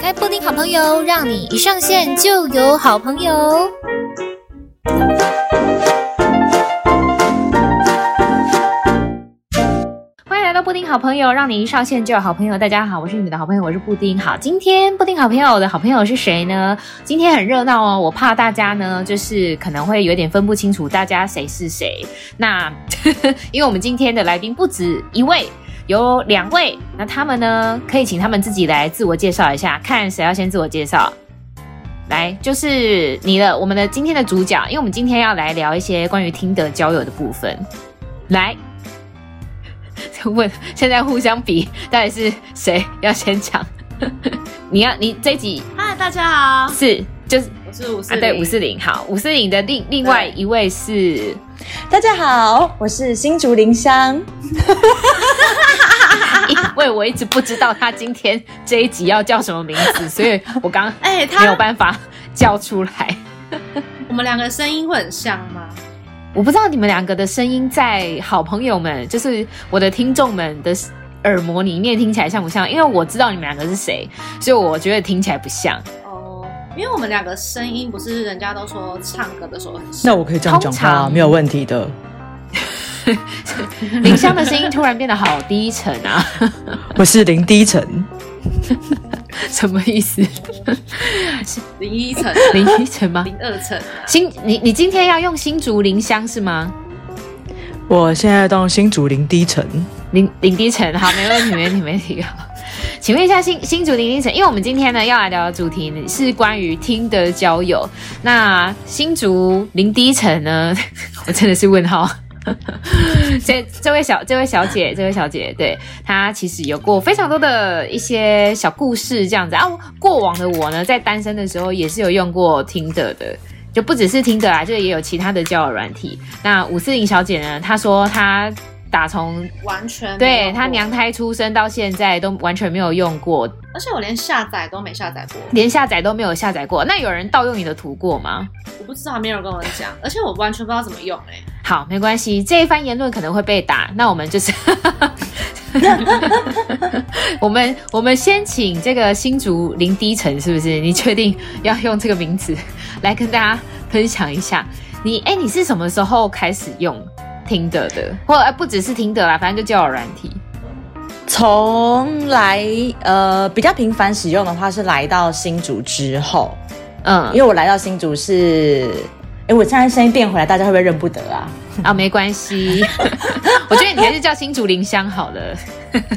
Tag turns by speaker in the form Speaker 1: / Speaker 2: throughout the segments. Speaker 1: 开布丁好朋友，让你一上线就有好朋友。哦欢迎来到布丁好朋友，让你一上线就有好朋友。大家好，我是你们的好朋友，我是布丁。好，今天布丁好朋友的好朋友是谁呢？今天很热闹哦，我怕大家呢，就是可能会有点分不清楚大家谁是谁。那 因为我们今天的来宾不止一位，有两位，那他们呢可以请他们自己来自我介绍一下，看谁要先自我介绍。来，就是你的，我们的今天的主角，因为我们今天要来聊一些关于听的交友的部分。来， 问现在互相比，到底是谁要先讲？ 你要你这一集
Speaker 2: 嗨，大家好，
Speaker 1: 是就是
Speaker 2: 我是五四
Speaker 1: 啊，对五四零好，五四零的另另外一位是
Speaker 3: 大家好，我是新竹林香。
Speaker 2: 啊
Speaker 1: 因为我一直不知道他今天这一集要叫什么名 字，所以我刚
Speaker 2: 哎、
Speaker 1: 没有
Speaker 2: 他
Speaker 1: 办法叫出来。
Speaker 2: 我们两个声音会很像吗？
Speaker 1: 我不知道你们两个的声音在好朋友们，就是我的听众们的耳膜里面听起来像不像？因为我知道你们两个是谁，所以我觉得听起来不像。
Speaker 2: 哦，因为我们两个声音不是人家都说唱歌的时候很像，
Speaker 3: 那我可以这样讲
Speaker 1: 通
Speaker 3: 话，
Speaker 1: 常
Speaker 3: 没有问题的。
Speaker 1: 林香的声音突然变得好低沉啊，
Speaker 3: 我是林低沉，
Speaker 1: 什么意思？
Speaker 2: 零一层、啊
Speaker 1: 林低沉吗？
Speaker 2: 零二层，啊
Speaker 1: 新你你今天要用新竹林香是吗？
Speaker 3: 我现在当新竹林低沉。
Speaker 1: 林林低沉，好，没问题，没问题，没问题。好请问一下新新竹林低沉，因为我们今天呢要来聊的主题是关于听的交友。那新竹林低沉呢， 我真的是问号。 这这位小这位小姐，这位小姐，对她其实有过非常多的一些小故事，这样子啊。过往的我呢，在单身的时候也是有用过听的的，就不只是听的啦，啊就也有其他的交友软体。那五四零小姐呢，她说她打从
Speaker 2: 完全没有
Speaker 1: 对
Speaker 2: 过
Speaker 1: 他娘，胎出生到现在都完全没有用过，
Speaker 2: 而且我连下载都没下载过，
Speaker 1: 连下载都没有下载过。那有人盗用你的图过吗？
Speaker 2: 我不知道，没有人跟我讲，而且我完全不知道怎么用、哎，
Speaker 1: 好，没关系，这一番言论可能会被打。那我们就是，我们我们先请这个新竹林低沉，是不是？你确定要用这个名字来跟大家分享一下？你哎、你是什么时候开始用听的的？或、呃、不只是听的啦，反正就叫软体。
Speaker 3: 从来呃比较频繁使用的话是来到新竹之后，
Speaker 1: 嗯
Speaker 3: 因为我来到新竹是，哎、我现在声音变回来，大家会不会认不得啊？
Speaker 1: 啊，没关系， 我觉得你还是叫新竹林香好了。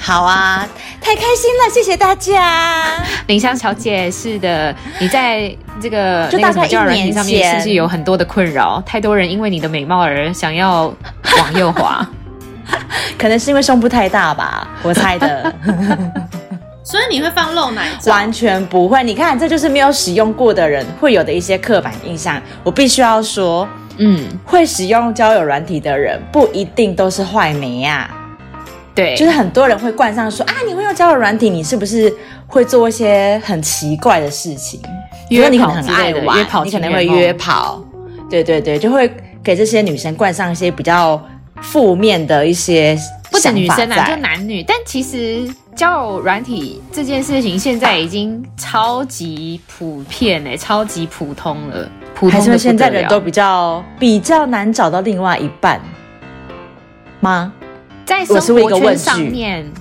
Speaker 3: 好啊，太开心了，谢谢大家。
Speaker 1: 林香小姐，是的，你在这个
Speaker 3: 就
Speaker 1: 那个
Speaker 3: 大
Speaker 1: 什么
Speaker 3: 概
Speaker 1: 交友软件上
Speaker 3: 一年
Speaker 1: 面，
Speaker 3: 前
Speaker 1: 是不是有很多的困扰？太多人因为你的美貌而想要往右 滑。
Speaker 3: 可能是因为胸部太大吧，我猜 的，
Speaker 2: 所以你会放漏奶照，
Speaker 3: 完全不会。你看，这就是没有使用过的人会有的一些刻板印象。我必须要说，
Speaker 1: 嗯，
Speaker 3: 会使用交友软体的人不一定都是坏啊梅呀、
Speaker 1: 对，
Speaker 3: 就是很多人会冠上说啊，你会用交友软体，你是不是会做一些很奇怪的事情？比如
Speaker 1: 约
Speaker 3: 说你可
Speaker 1: 跑
Speaker 3: 能
Speaker 1: 之
Speaker 3: 很
Speaker 1: 类
Speaker 3: 爱
Speaker 1: 的，
Speaker 3: 玩，
Speaker 1: 约跑
Speaker 3: 你
Speaker 1: 情
Speaker 3: 可
Speaker 1: 人哦
Speaker 3: 能会
Speaker 1: 梦
Speaker 3: 约跑，对对对，就会给这些女生冠上一些比较负面的一些
Speaker 1: 不止
Speaker 3: 想
Speaker 1: 女
Speaker 3: 法
Speaker 1: 生啊，
Speaker 3: 在
Speaker 1: 就男女。但其实交友软体这件事情现在已经超级普遍哎、超级普通了，普通
Speaker 3: 还
Speaker 1: 的
Speaker 3: 是因为现在
Speaker 1: 不得
Speaker 3: 人
Speaker 1: 了
Speaker 3: 都比较比较难找到另外一半吗？
Speaker 1: 在生
Speaker 3: 我是问一
Speaker 1: 活
Speaker 3: 个
Speaker 1: 圈
Speaker 3: 问句
Speaker 1: 上面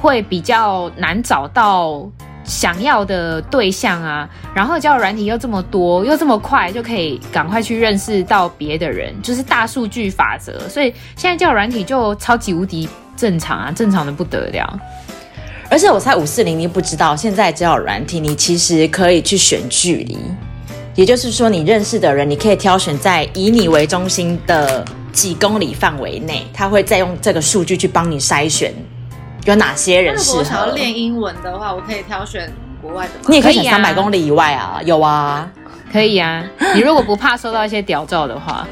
Speaker 1: 会比较难找到想要的对象啊，然后交友软体又这么多，又这么快就可以赶快去认识到别的人，就是大数据法则，所以现在交友软体就超级无敌正常啊，正常的不得了。
Speaker 3: 而且我猜五四零你不知道，现在交友软体你其实可以去选距离，也就是说你认识的人，你可以挑选在以你为中心的几公里范围内，他会再用这个数据去帮你筛选有哪些
Speaker 2: 那
Speaker 3: 人
Speaker 2: 如
Speaker 3: 适
Speaker 2: 果我想要
Speaker 3: 合。
Speaker 2: 练英文的话，我可以挑选国外的吗？
Speaker 3: 你也可以
Speaker 1: 可以
Speaker 3: 选
Speaker 1: 啊
Speaker 3: 三百公里以外啊，有啊。
Speaker 1: 可以 啊，你如果不怕收到一些屌照的话，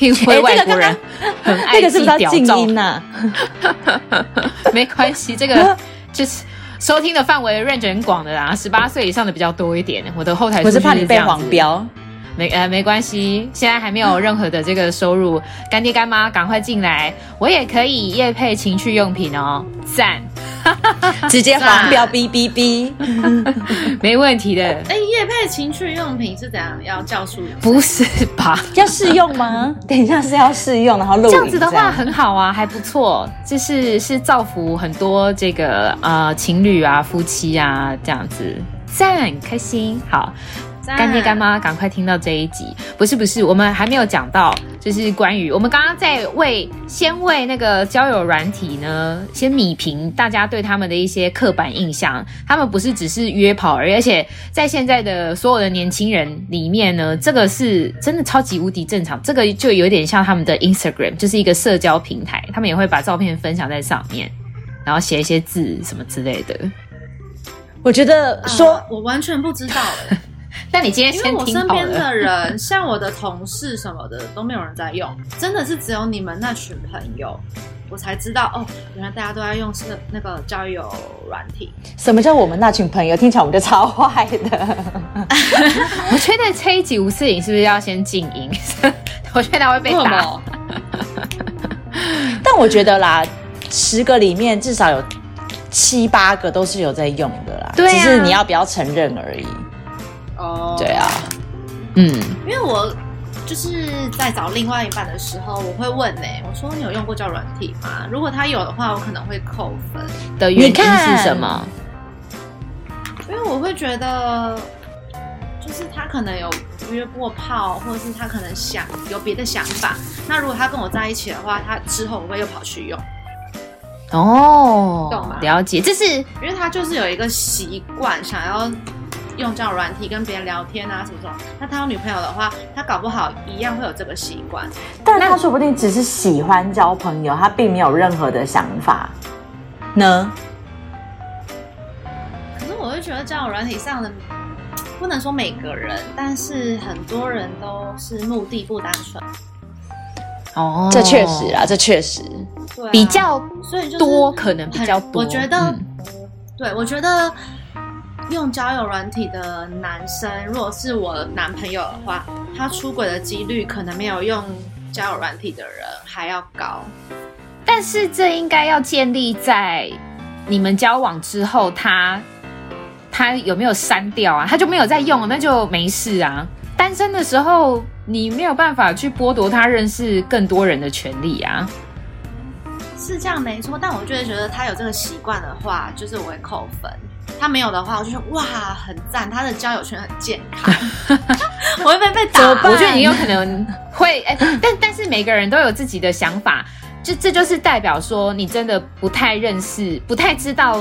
Speaker 1: 因为
Speaker 3: 哎
Speaker 1: 外
Speaker 3: 这个
Speaker 1: 国
Speaker 3: 刚刚
Speaker 1: 人很爱
Speaker 3: 那个是
Speaker 1: 寄
Speaker 3: 不是要
Speaker 1: 屌
Speaker 3: 静
Speaker 1: 照
Speaker 3: 音啊呐、
Speaker 1: 没关系，这 个就是收听的范围 range 很广的啦，十八岁以上的比较多一点。我的后台
Speaker 3: 我
Speaker 1: 数
Speaker 3: 是
Speaker 1: 据
Speaker 3: 怕你
Speaker 1: 这
Speaker 3: 被
Speaker 1: 样
Speaker 3: 黄
Speaker 1: 子，
Speaker 3: 标。
Speaker 1: 没呃没关系，现在还没有任何的这个收入，干爹干妈赶快进来，我也可以夜配情趣用品哦，赞。
Speaker 3: 直接黄
Speaker 2: 赞
Speaker 3: 标哔哔哔。
Speaker 1: 没问题 的，
Speaker 2: 哎，叶配情趣用品是怎样？要教书？
Speaker 1: 不是吧？
Speaker 3: 要试用吗？ 等一下是要试用，然后录
Speaker 1: 这
Speaker 3: 影
Speaker 1: 样子的话
Speaker 3: 样
Speaker 1: 很好啊，还不错，就是是造福很多这个呃情侣啊、夫妻啊这样子，赞，开心，好。
Speaker 2: 赞
Speaker 1: 干爹干妈，赶快听到这一集！不是不是，我们还没有讲到，就是关于我们刚刚在为先为那个交友软体呢，先米平大家对他们的一些刻板印象。他们不是只是约跑而已，而且在现在的所有的年轻人里面呢，这个是真的超级无敌正常。这个就有点像他们的 Instagram，就是一个社交平台，他们也会把照片分享在上面，然后写一些字什么之类的。
Speaker 3: 我觉得说
Speaker 2: 啊我完全不知道哎。
Speaker 1: 那你今天
Speaker 2: 因为
Speaker 1: 先
Speaker 2: 我
Speaker 1: 听
Speaker 2: 身
Speaker 1: 好
Speaker 2: 边
Speaker 1: 了。
Speaker 2: 的 人，像我的同事什么的，都没有人在用，真的是只有你们那群朋友，我才知道哦，原来大家都在用是那个交友软体。
Speaker 3: 什么叫我们那群朋友，听起来我们就超坏 的。
Speaker 1: 我觉得这一集吴思颖是不是要先静音？ 我觉得他会被打。？
Speaker 3: 但我觉得啦，十个里面至少有七八个都是有在用的啦，
Speaker 1: 对啊
Speaker 3: 只是你要不要承认而已。
Speaker 2: 哦，
Speaker 3: 对啊，
Speaker 1: 嗯，
Speaker 2: 因为我就是在找另外一半的时候，我会问呢、我说你有用过交友软体吗？如果他有的话，我可能会扣分，
Speaker 1: 的原
Speaker 3: 你
Speaker 1: 因
Speaker 3: 看
Speaker 1: 是什么？
Speaker 2: 因为我会觉得。就是他可能有约过炮，或者是他可能想有别的想法。那如果他跟我在一起的话，他之后我会又跑去用。
Speaker 1: 哦
Speaker 2: 懂吗，
Speaker 1: 了解，这是
Speaker 2: 因为他就是有一个习惯，想要用交友软体跟别人聊天啊什么什么。那他有女朋友的话，他搞不好一样会有这个习惯。
Speaker 3: 但他说不定只是喜欢交朋友，他并没有任何的想法呢。
Speaker 2: 可是我会觉得交友软体上的，不能说每个人，但是很多人都是目的不单纯。
Speaker 1: 哦，
Speaker 3: 这确实啊，这确实。
Speaker 2: 对啊、
Speaker 1: 比较
Speaker 2: 所以就是
Speaker 1: 多，可能比较
Speaker 2: 很
Speaker 1: 多。
Speaker 2: 我觉得，
Speaker 1: 嗯
Speaker 2: 对我觉得。用交友软体的男生，如果是我男朋友的话，他出轨的几率可能没有用交友软体的人还要高。
Speaker 1: 但是这应该要建立在你们交往之后，他他有没有删掉啊？他就没有再用了，那就没事啊。单身的时候，你没有办法去剥夺他认识更多人的权利啊。
Speaker 2: 是这样没错，但我就会觉得他有这个习惯的话，就是我会扣分；他没有的话，我就说哇，很赞，他的交友圈很健康，我会被被打。
Speaker 1: 啊我觉得你有可能会，哎、但但是每个人都有自己的想法，就这就是代表说你真的不太认识，不太知道。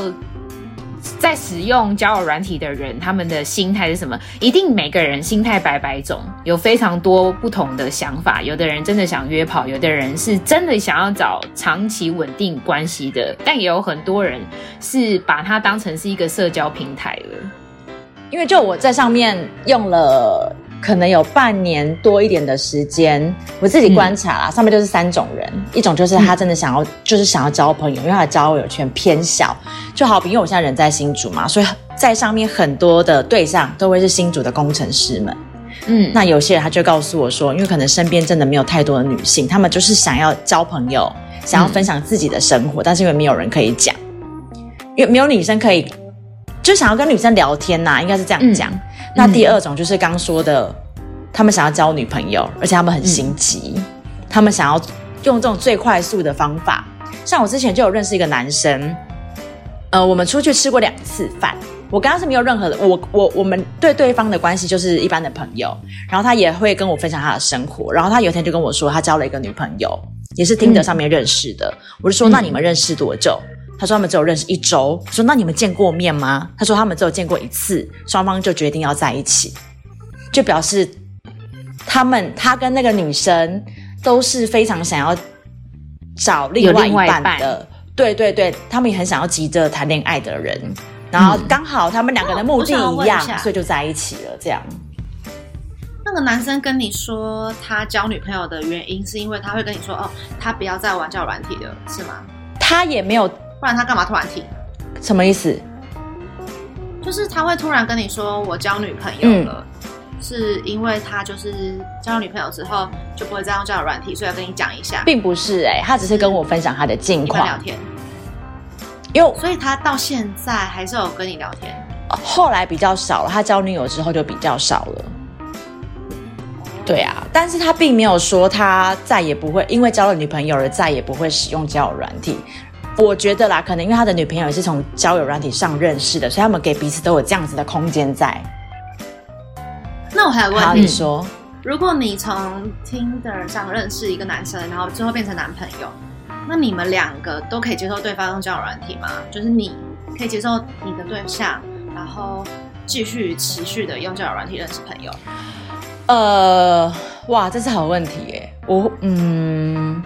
Speaker 1: 在使用交友软体的人，他们的心态是什么？一定每个人心态百百种，有非常多不同的想法。有的人真的想约炮，有的人是真的想要找长期稳定关系的，但也有很多人是把它当成是一个社交平台了。
Speaker 3: 因为就我在上面用了可能有半年多一点的时间，我自己观察啦，上面就是三种人，一种就是他真的想要，就是想要交朋友，因为他的交友圈偏小，就好比因为我现在人在新竹嘛，所以在上面很多的对象都会是新竹的工程师们。
Speaker 1: 嗯，
Speaker 3: 那有些人他就告诉我说，因为可能身边真的没有太多的女性，她们就是想要交朋友，
Speaker 1: 嗯
Speaker 3: 想要分享自己的生活，但是因为没有人可以讲，因为没有女生可以，就想要跟女生聊天呐、应该是这样讲。
Speaker 1: 嗯
Speaker 3: 那第二种就是刚说的，他们想要交女朋友，而且他们很心急，
Speaker 1: 嗯
Speaker 3: 他们想要用这种最快速的方法。像我之前就有认识一个男生，呃，我们出去吃过两次饭。我跟他是没有任何的，我我我们对对方的关系就是一般的朋友，然后他也会跟我分享他的生活，然后他有一天就跟我说，他交了一个女朋友，也是听得上面认识的。我就说，
Speaker 1: 嗯
Speaker 3: 那你们认识多久？他说他们只有认识一周。我说那你们见过面吗？他说他们只有见过一次，双方就决定要在一起，就表示他们他跟那个女生都是非常想要找另
Speaker 1: 有
Speaker 3: 外一
Speaker 1: 另外一
Speaker 3: 半
Speaker 1: 半
Speaker 3: 的，对对对，他们也很想要急着谈恋爱的人。然后
Speaker 1: 嗯
Speaker 3: 刚好他们两个人的目的
Speaker 2: 那我
Speaker 3: 一
Speaker 2: 我想
Speaker 3: 样
Speaker 2: 问一，下
Speaker 3: 所以就在一起了。这样，
Speaker 2: 那个男生跟你说他交女朋友的原因，是因为他会跟你说哦，他不要再玩交友软体了，是吗？
Speaker 3: 他也没有
Speaker 2: 不然他干嘛突然停？
Speaker 3: 什么意思？
Speaker 2: 就是他会突然跟你说我交女朋友了，是因为他就是交女朋友之后就不会再用交友软体，所以要跟你讲一下，
Speaker 3: 并不是哎、他只是跟我分一下他的近
Speaker 2: 一般聊
Speaker 3: 况。
Speaker 2: 天。
Speaker 3: 因为
Speaker 2: 所以他到现在还是有跟你聊天。
Speaker 3: 后来比较少了，他交女友之后就比较少了。对啊，但是他并没有说他再也不会因为交了女朋友而再也不会使用交友软体。我觉得啦，可能因为他的女朋友也是从交友软体上认识的，所以他们给彼此都有这样子的空间在。
Speaker 2: 那我还有个
Speaker 3: 好，
Speaker 2: 问
Speaker 3: 你
Speaker 2: 题，
Speaker 3: 说，
Speaker 2: 如果你从 Tinder 上认识一个男生，然后最后变成男朋友，那你们两个都可以接受对方用交友软体吗？就是你可以接受你的对象，然后继续持续的用交友软体认识朋友。
Speaker 3: 呃，哇，这是好问题耶。我嗯，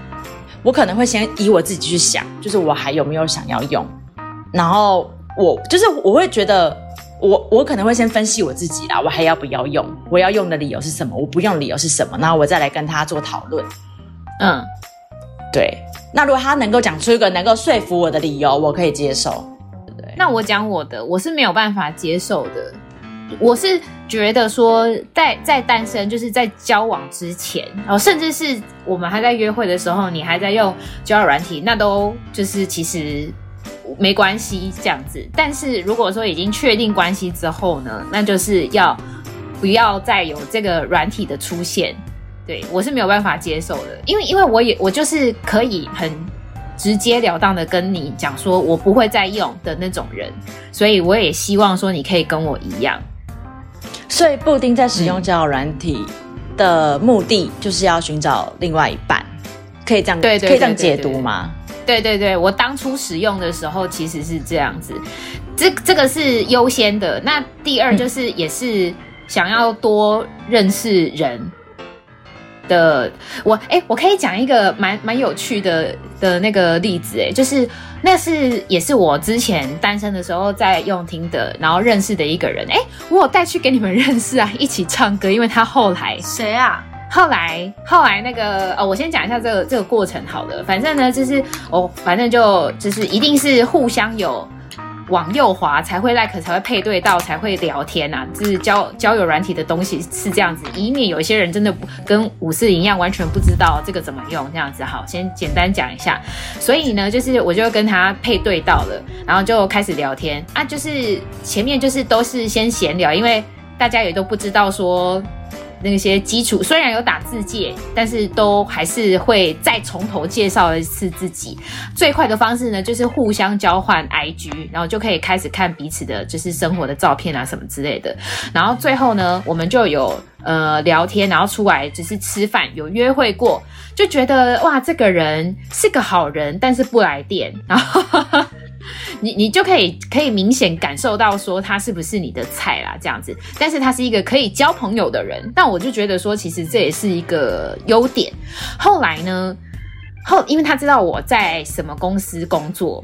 Speaker 3: 我可能会先以我自己去想，就是我还有没有想要用，然后我就是我会觉得。我我可能会先分析我自己啦，我还要不要用？我要用的理由是什么？我不用的理由是什么？然后我再来跟他做讨论。
Speaker 1: 嗯，
Speaker 3: 对，那如果他能够讲出一个能够说服我的理由，我可以接受。对不对？
Speaker 1: 那我讲我的，我是没有办法接受的。我是觉得说在，在单身，就是在交往之前，哦，甚至是我们还在约会的时候，你还在用交友软体，那都就是其实没关系这样子。但是如果说已经确定关系之后呢，那就是要不要再有这个软体的出现。对我是没有办法接受的，因为因为我也我就是可以很直截了当的跟你讲说我不会再用的那种人，所以我也希望说你可以跟我一样。
Speaker 3: 所以布丁在使用交友软体的目的，就是要寻找另外一半，可以这样，
Speaker 1: 对对
Speaker 3: 可以这样
Speaker 1: 对对
Speaker 3: 解
Speaker 1: 对
Speaker 3: 读吗？
Speaker 1: 对对对，我当初使用的时候其实是这样子，这这个是优先的。那第二就是也是想要多认识人的。我哎、我可以讲一个蛮蛮有趣的的那个例子哎、就是那是也是我之前单身的时候在用听的，然后认识的一个人。哎、我有带去给你们认识啊，一起唱歌，因为他后来
Speaker 2: 谁啊？
Speaker 1: 后来，后来那个呃、我先讲一下这个这个过程好了。反正呢，就是我、哦、反正就就是一定是互相有往右滑才会 like 才会配对到才会聊天呐、啊，就是交交友软体的东西是这样子，以免有一些人真的不跟五四零一样完全不知道这个怎么用这样子。好，先简单讲一下。所以呢，就是我就跟他配对到了，然后就开始聊天啊，就是前面就是都是先闲聊，因为大家也都不知道说那些基础，虽然有打字界，但是都还是会再从头介绍一次自己。最快的方式呢，就是互相交换 IG，然后就可以开始看彼此的就是生活的照片啊什么之类的。然后最后呢，我们就有呃聊天，然后出来只是吃饭，有约会过，就觉得哇，这个人是个好人，但是不来电，然后你你就可以可以明显感受到说他是不是你的菜啦，这样子。但是他是一个可以交朋友的人，但我就觉得说，其实这也是一个优点。后来呢，后因为他知道我在什么公司工作，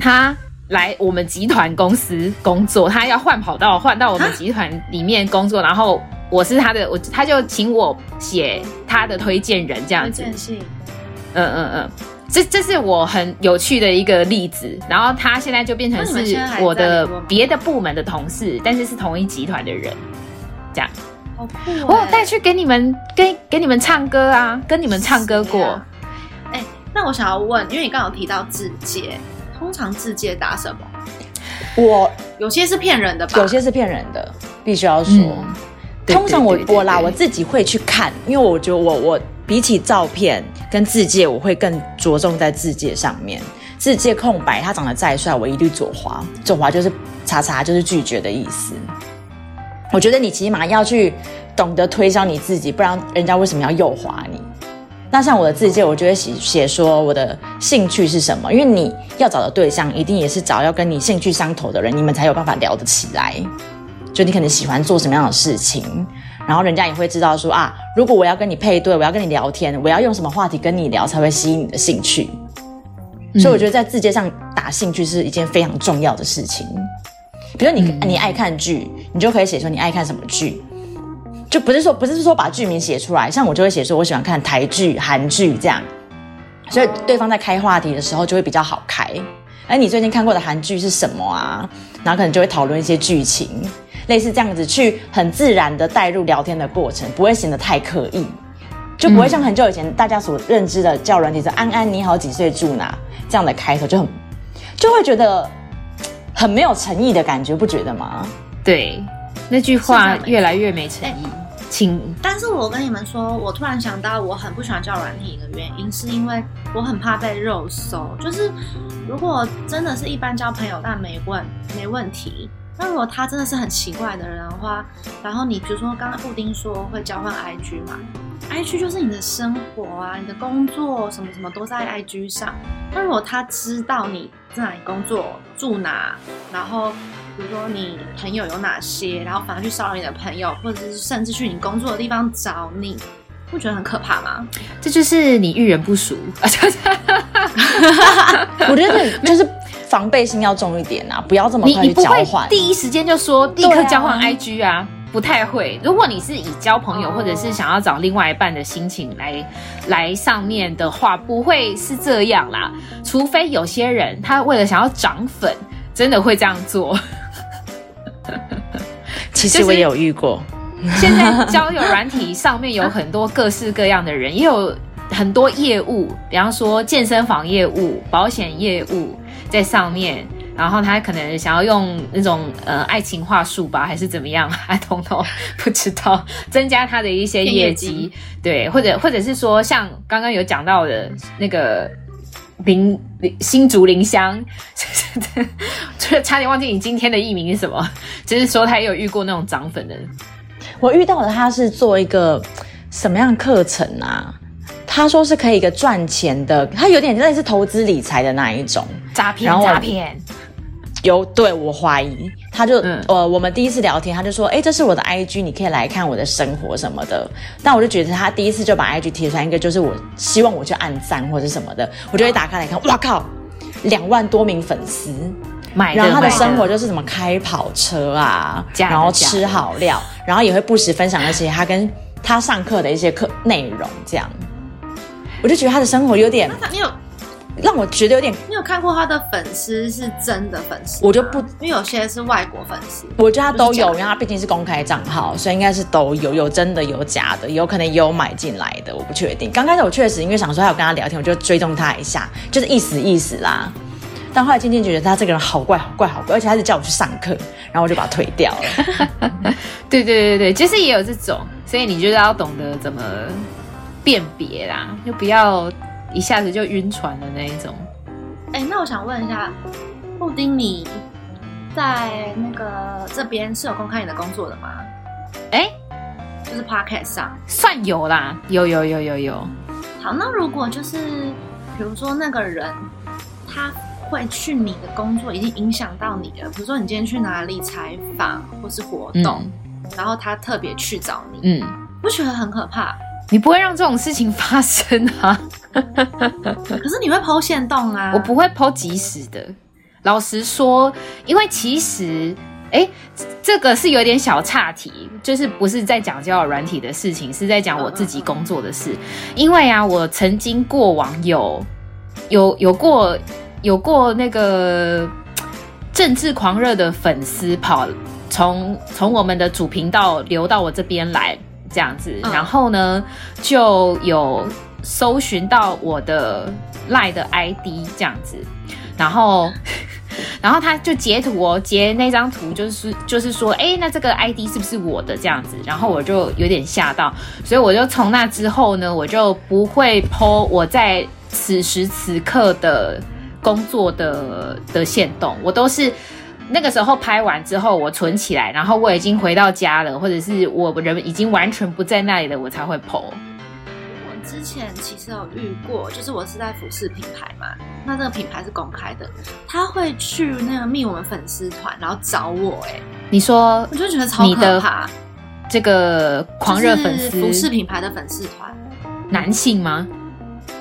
Speaker 1: 他。来我们集团公司工作，他要换跑道，换到我们集团里面工作，然后我是他的，我他就请我写他的推荐人这样
Speaker 2: 推
Speaker 1: 子，
Speaker 2: 荐信。
Speaker 1: 嗯嗯嗯，这这是我很有趣的一个例子。然后他现在就变成
Speaker 2: 那你们
Speaker 1: 是
Speaker 2: 现在还
Speaker 1: 我
Speaker 2: 在
Speaker 1: 的
Speaker 2: 联络吗
Speaker 1: 别的部门的同事，但是是同一集团的人。
Speaker 2: 好酷、哦！
Speaker 1: 我有带去给你们跟给你们唱歌啊，跟你们唱歌过。
Speaker 2: 谁啊哎、那我想要问，因为你刚刚有提到字界，通常字界打什么？
Speaker 3: 我
Speaker 2: 有些是骗人的吧？
Speaker 3: 有些是骗人的，必须要说。
Speaker 1: 嗯对
Speaker 3: 通常我
Speaker 1: 对对对
Speaker 3: 我啦，
Speaker 1: 对
Speaker 3: 我自己会去看，因为我觉得我我比起照片跟字界，我会更着重在字界上面。字界空白，他长得再帅，我一律左滑。左滑就是查查，就是拒绝的意思。我觉得你起码要去懂得推销你自己，不然人家为什么要右滑你？那像我的自介，我就会写写说我的兴趣是什么，因为你要找的对象一定也是找要跟你兴趣相投的人，你们才有办法聊得起来。就你可能喜欢做什么样的事情，然后人家也会知道说啊，如果我要跟你配对，我要跟你聊天，我要用什么话题跟你聊才会吸引你的兴趣。所以我觉得在字界上打兴趣是一件非常重要的事情。比如你、你爱看剧，你就可以写说你爱看什么剧，就不是说不是说把剧名写出来，像我就会写说我喜欢看台剧、韩剧这样，所以对方在开话题的时候就会比较好开。哎，你最近看过的韩剧是什么啊？然后可能就会讨论一些剧情，类似这样子去很自然的带入聊天的过程，不会显得太刻意，就不会像很久以前大家所认知的叫软体是“安安你好几岁住哪”这样的开头就很就会觉得很没有诚意的感觉，不觉得吗？
Speaker 1: 对，那句话
Speaker 2: 是这样没错
Speaker 1: 越来越没诚意，请
Speaker 2: 但是我跟你们说，我突然想到，我很不喜欢叫软体的原因，是因为我很怕被肉搜。就是如果真的是一般交朋友，但没问没问题。那如果他真的是很奇怪的人的话，然后你比如说刚刚布丁说会交换 IG 嘛，IG 就是你的生活啊，你的工作什么什么都在 IG 上。那如果他知道你在哪里工作、住哪，然后比如说你朋友有哪些，然后反而去骚扰你的朋友，或者是甚至去你工作的地方找你，不觉得很可怕吗？
Speaker 1: 这就是你遇人不 淑啊！
Speaker 3: 我觉得就是防备心要重一点啊，不要这么
Speaker 1: 你
Speaker 3: 快
Speaker 1: 你
Speaker 3: 去
Speaker 1: 不
Speaker 3: 交
Speaker 1: 会
Speaker 3: 换。啊
Speaker 1: 第一时间就说立刻
Speaker 3: 对啊
Speaker 1: 交换 IG 啊？不太会。如果你是以交朋友
Speaker 2: 哦
Speaker 1: 或者是想要找另外一半的心情来来上面的话，不会是这样啦。除非有些人他为了想要涨粉，真的会这样做。
Speaker 3: 其
Speaker 1: 就
Speaker 3: 实
Speaker 1: 是
Speaker 3: 我也有遇过，
Speaker 1: 现在交友软体上面有很多各式各样的人，也有很多业务，比方说健身房业务、保险业务在上面。然后他可能想要用那种呃爱情话术吧，还是怎么样 ？I don't know，不知道增加他的一些
Speaker 2: 骗
Speaker 1: 业
Speaker 2: 业
Speaker 1: 绩，
Speaker 2: 绩
Speaker 1: 对，或者或者是说像刚刚有讲到的那个林林新竹林香，就是 差点忘记你今天的艺名是什么，就是说他也有遇过那种涨粉的
Speaker 3: 我遇到的他是做一个什么样的课程啊？他说是可以一个赚钱的，他有点类似投资理财的那一种。
Speaker 1: 诈骗
Speaker 3: 然后
Speaker 1: 诈骗，
Speaker 3: 有对我怀疑，他就、
Speaker 1: 嗯
Speaker 3: 呃，我们第一次聊天，他就说，哎、这是我的 IG，你可以来看我的生活什么的。但我就觉得他第一次就把 IG 贴出来，一个就是我希望我去按赞或者什么的，我就会打开来看，哇靠，两万多名粉丝，
Speaker 1: 买的
Speaker 3: 然后他的
Speaker 1: 买
Speaker 3: 生活就是什么开跑车啊，
Speaker 1: 假的
Speaker 3: 然后
Speaker 1: 假的
Speaker 3: 吃好料，然后也会不时分享那些他跟他上课的一些课内容，这样，我就觉得他的生活有点
Speaker 2: 那他你有
Speaker 3: 让我觉得有点，
Speaker 2: 你有看过他的粉丝是真的粉丝吗？
Speaker 3: 我就不
Speaker 2: 因为有些是外国粉丝，
Speaker 3: 我觉得他都
Speaker 2: 就
Speaker 3: 有，
Speaker 2: 是假的
Speaker 3: 因为他毕竟是公开账号，所以应该是都有，有真的有假的，有可能也有买进来的，我不确定。刚开始我确实因为想说还有跟他聊天，我就追踪他一下，就是意思意思啦。但后来渐渐觉得他这个人好怪，好怪，好怪，而且他是叫我去上课，然后我就把他推掉了。
Speaker 1: 对对对对，其实也有这种，所以你就是要懂得怎么辨别啦，就不要一下子就晕船的那一种。
Speaker 2: 哎、那我想问一下，布丁你在那个这边是有公开你的工作的吗？
Speaker 1: 哎，
Speaker 2: 就是 podcast 上。
Speaker 1: 算有啦，有有有有有，
Speaker 2: 好，那如果就是比如说那个人他会去你的工作已经影响到你了，比如说你今天去哪里采访或是活动，
Speaker 1: 嗯
Speaker 2: 然后他特别去找你，
Speaker 1: 嗯，
Speaker 2: 不觉得很可怕？
Speaker 1: 你不会让这种事情发生啊，
Speaker 2: 可是你会剖线洞啊，
Speaker 1: 我不会剖即时的。老实说，因为其实。哎，这个是有点小岔题，就是不是在讲交友软体的事情，是在讲我自己工作的事。因为啊，我曾经过往有有有过有过那个嘖政治狂热的粉丝跑从从我们的主频道流到我这边来这样子，
Speaker 2: 嗯
Speaker 1: 然后呢就有搜寻到我的赖的 ID 这样子，然后。 然后他就截图哦，截那张图就是就是说，哎，那这个 ID 是不是我的这样子？然后我就有点吓到，所以我就从那之后呢，我就不会 PO 我在此时此刻的工作的的线动，我都是。那个时候拍完之后，我存起来，然后我已经回到家了，或者是我人已经完全不在那里了，我才会 PO。
Speaker 2: 我之前其实有遇过，就是我是在服饰品牌嘛，那这个品牌是公开的，他会去那个密我们粉丝团，然后找我、哎，
Speaker 1: 你说
Speaker 2: 我就觉得超
Speaker 1: 你的
Speaker 2: 可怕。
Speaker 1: 这个狂热粉
Speaker 2: 就是服饰
Speaker 1: 丝
Speaker 2: 品牌的粉丝团，
Speaker 1: 男性吗？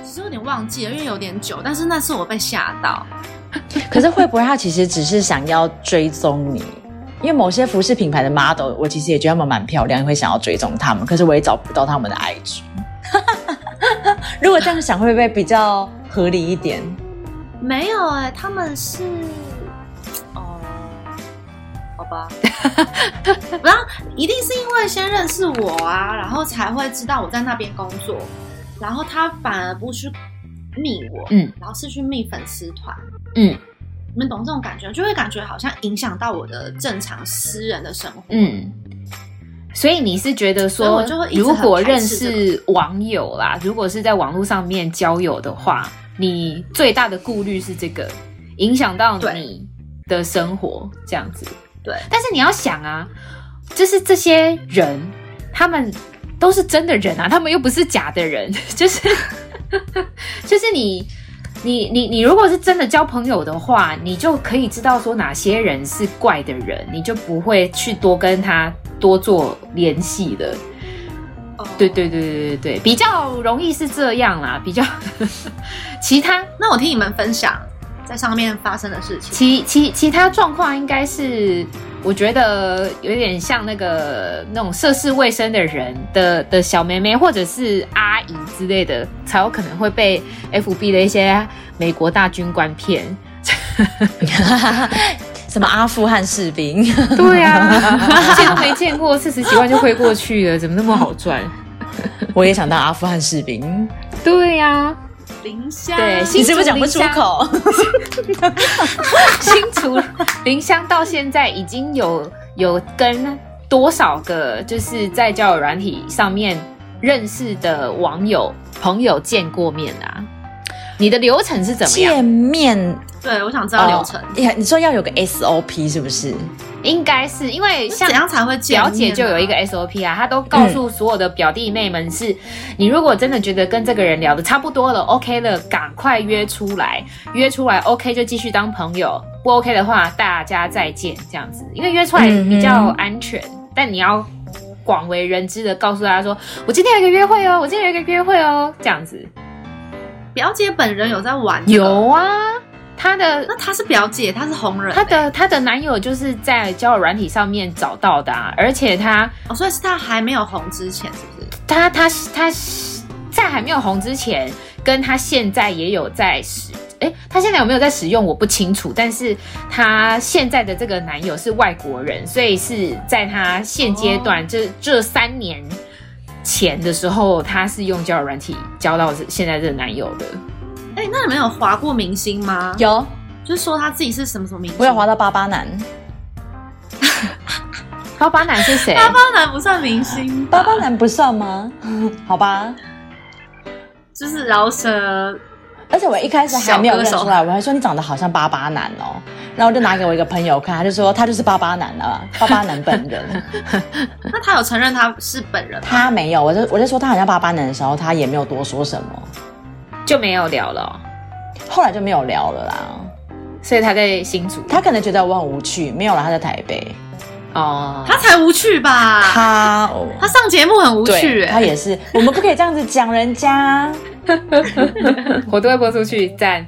Speaker 2: 其实有点忘记了，因为有点久，但是那次我被吓到。
Speaker 3: 可是会不会他其实只是想要追踪你？因为某些服饰品牌的 model，我其实也觉得他们蛮漂亮，会想要追踪他们，可是我也找不到他们的 IG。如果这样想，会不会比较合理一点？
Speaker 2: 没有哎、他们是哦，好 吧，然后一定是因为先认识我啊，然后才会知道我在那边工作，然后他反而不去密我，
Speaker 1: 嗯，
Speaker 2: 然后是去密粉丝团，
Speaker 1: 嗯，
Speaker 2: 你们懂这种感觉，就会感觉好像影响到我的正常私人的生活。，
Speaker 1: 嗯，所以你是觉得
Speaker 2: 所以
Speaker 1: 说
Speaker 2: 我就会，一直
Speaker 1: 如
Speaker 2: 很
Speaker 1: 果认
Speaker 2: 排斥这个
Speaker 1: 识网友啦，如果是在网络上面交友的话，你最大的顾虑是这个影响到
Speaker 2: 对
Speaker 1: 你的生活这样子。
Speaker 2: 对，
Speaker 1: 但是你要想啊，就是这些人，他们都是真的人啊，他们又不是假的人， 就是就是你。你你你如果是真的交朋友的话，你就可以知道说哪些人是怪的人，你就不会去多跟他多做联系了。
Speaker 2: 哦
Speaker 1: 对。对对对对对，比较容易是这样啦，比较 其他
Speaker 2: 那我听你们分享在上面发生的事情。
Speaker 1: 其其其他状况应该是，我觉得有点像那个那种涉世未深的人的的小妹妹或者是阿姨之类的，才有可能会被 FB 的一些美国大军官骗。
Speaker 3: 什么阿富汗士兵，
Speaker 1: 对啊，见都没见过，四十几万就挥过去了，怎么那么好赚？
Speaker 3: 我也想当阿富汗士兵，
Speaker 1: 对呀、
Speaker 2: 林香，
Speaker 1: 对新
Speaker 3: 你是不是讲不出口？
Speaker 1: 新竹林香到现在已经有有跟多少个就是在交友软体上面认识的网友朋友见过面啊？你的流程是怎么样？
Speaker 3: 见面
Speaker 2: 对，我想知道流程，
Speaker 3: 哦呀你说要有个 SOP 是不是？
Speaker 1: 应该是因为
Speaker 2: 那
Speaker 1: 像
Speaker 2: 怎样才会见面
Speaker 1: 表
Speaker 2: 啊
Speaker 1: 姐就有一个 SOP 啊，她都告诉所有的表弟妹们是，你如果真的觉得跟这个人聊的差不多了，OK 了，赶快约出来，约出来 OK 就继续当朋友，不 OK 的话大家再见这样子，因为约出来比较安全，但你要广为人知的告诉大家说，我今天有一个约会哦，我今天有一个约会哦，这样子
Speaker 2: 表姐本人有在玩、
Speaker 1: 有，啊，她的
Speaker 2: 那她是表姐，她是红人欸、
Speaker 1: 她的她的男友就是在交友软体上面找到的、啊，而且她。
Speaker 2: 哦，所以是她还没有红之前，是不是？
Speaker 1: 他他他在还没有红之前，跟他现在也有在使，哎、他现在有没有在使用我不清楚，但是他现在的这个男友是外国人，所以是在他现阶段、这这三年前的时候，他是用交友软体交到这现在这个男友的。
Speaker 2: 哎、那你们有划过明星吗？，
Speaker 3: 有，
Speaker 2: 就是说她自己是什么什么明星？
Speaker 3: 我有滑到巴巴男，
Speaker 1: 高巴男是谁？
Speaker 2: 巴巴男不算明星吧，
Speaker 3: 巴巴男不算吗？ 好吧，
Speaker 2: 就是饶舌，
Speaker 3: 而且我一开始还没有认
Speaker 2: 小
Speaker 3: 出
Speaker 2: 歌
Speaker 3: 来，我还说你长得好像巴巴男哦，然后我就拿给我一个朋友看，他就说他就是巴巴男啊，巴巴男本 人。
Speaker 2: 那她有承认她是本人吗？
Speaker 3: 他没有，我就我就说他好像巴巴男的时候，他也没有多说什么，
Speaker 1: 就没有聊了哦、
Speaker 3: 后来就没有聊了啦。
Speaker 1: 所以他在新竹。
Speaker 3: 他可能觉得我很无趣，没有了，他在台北，
Speaker 1: 哦，
Speaker 2: 她才无趣吧？
Speaker 3: 他哦
Speaker 2: 她上节目很无趣、
Speaker 3: 对，他
Speaker 2: 欸，
Speaker 3: 也是，我们不可以这样子讲人家。
Speaker 1: 活动会播出去，赞。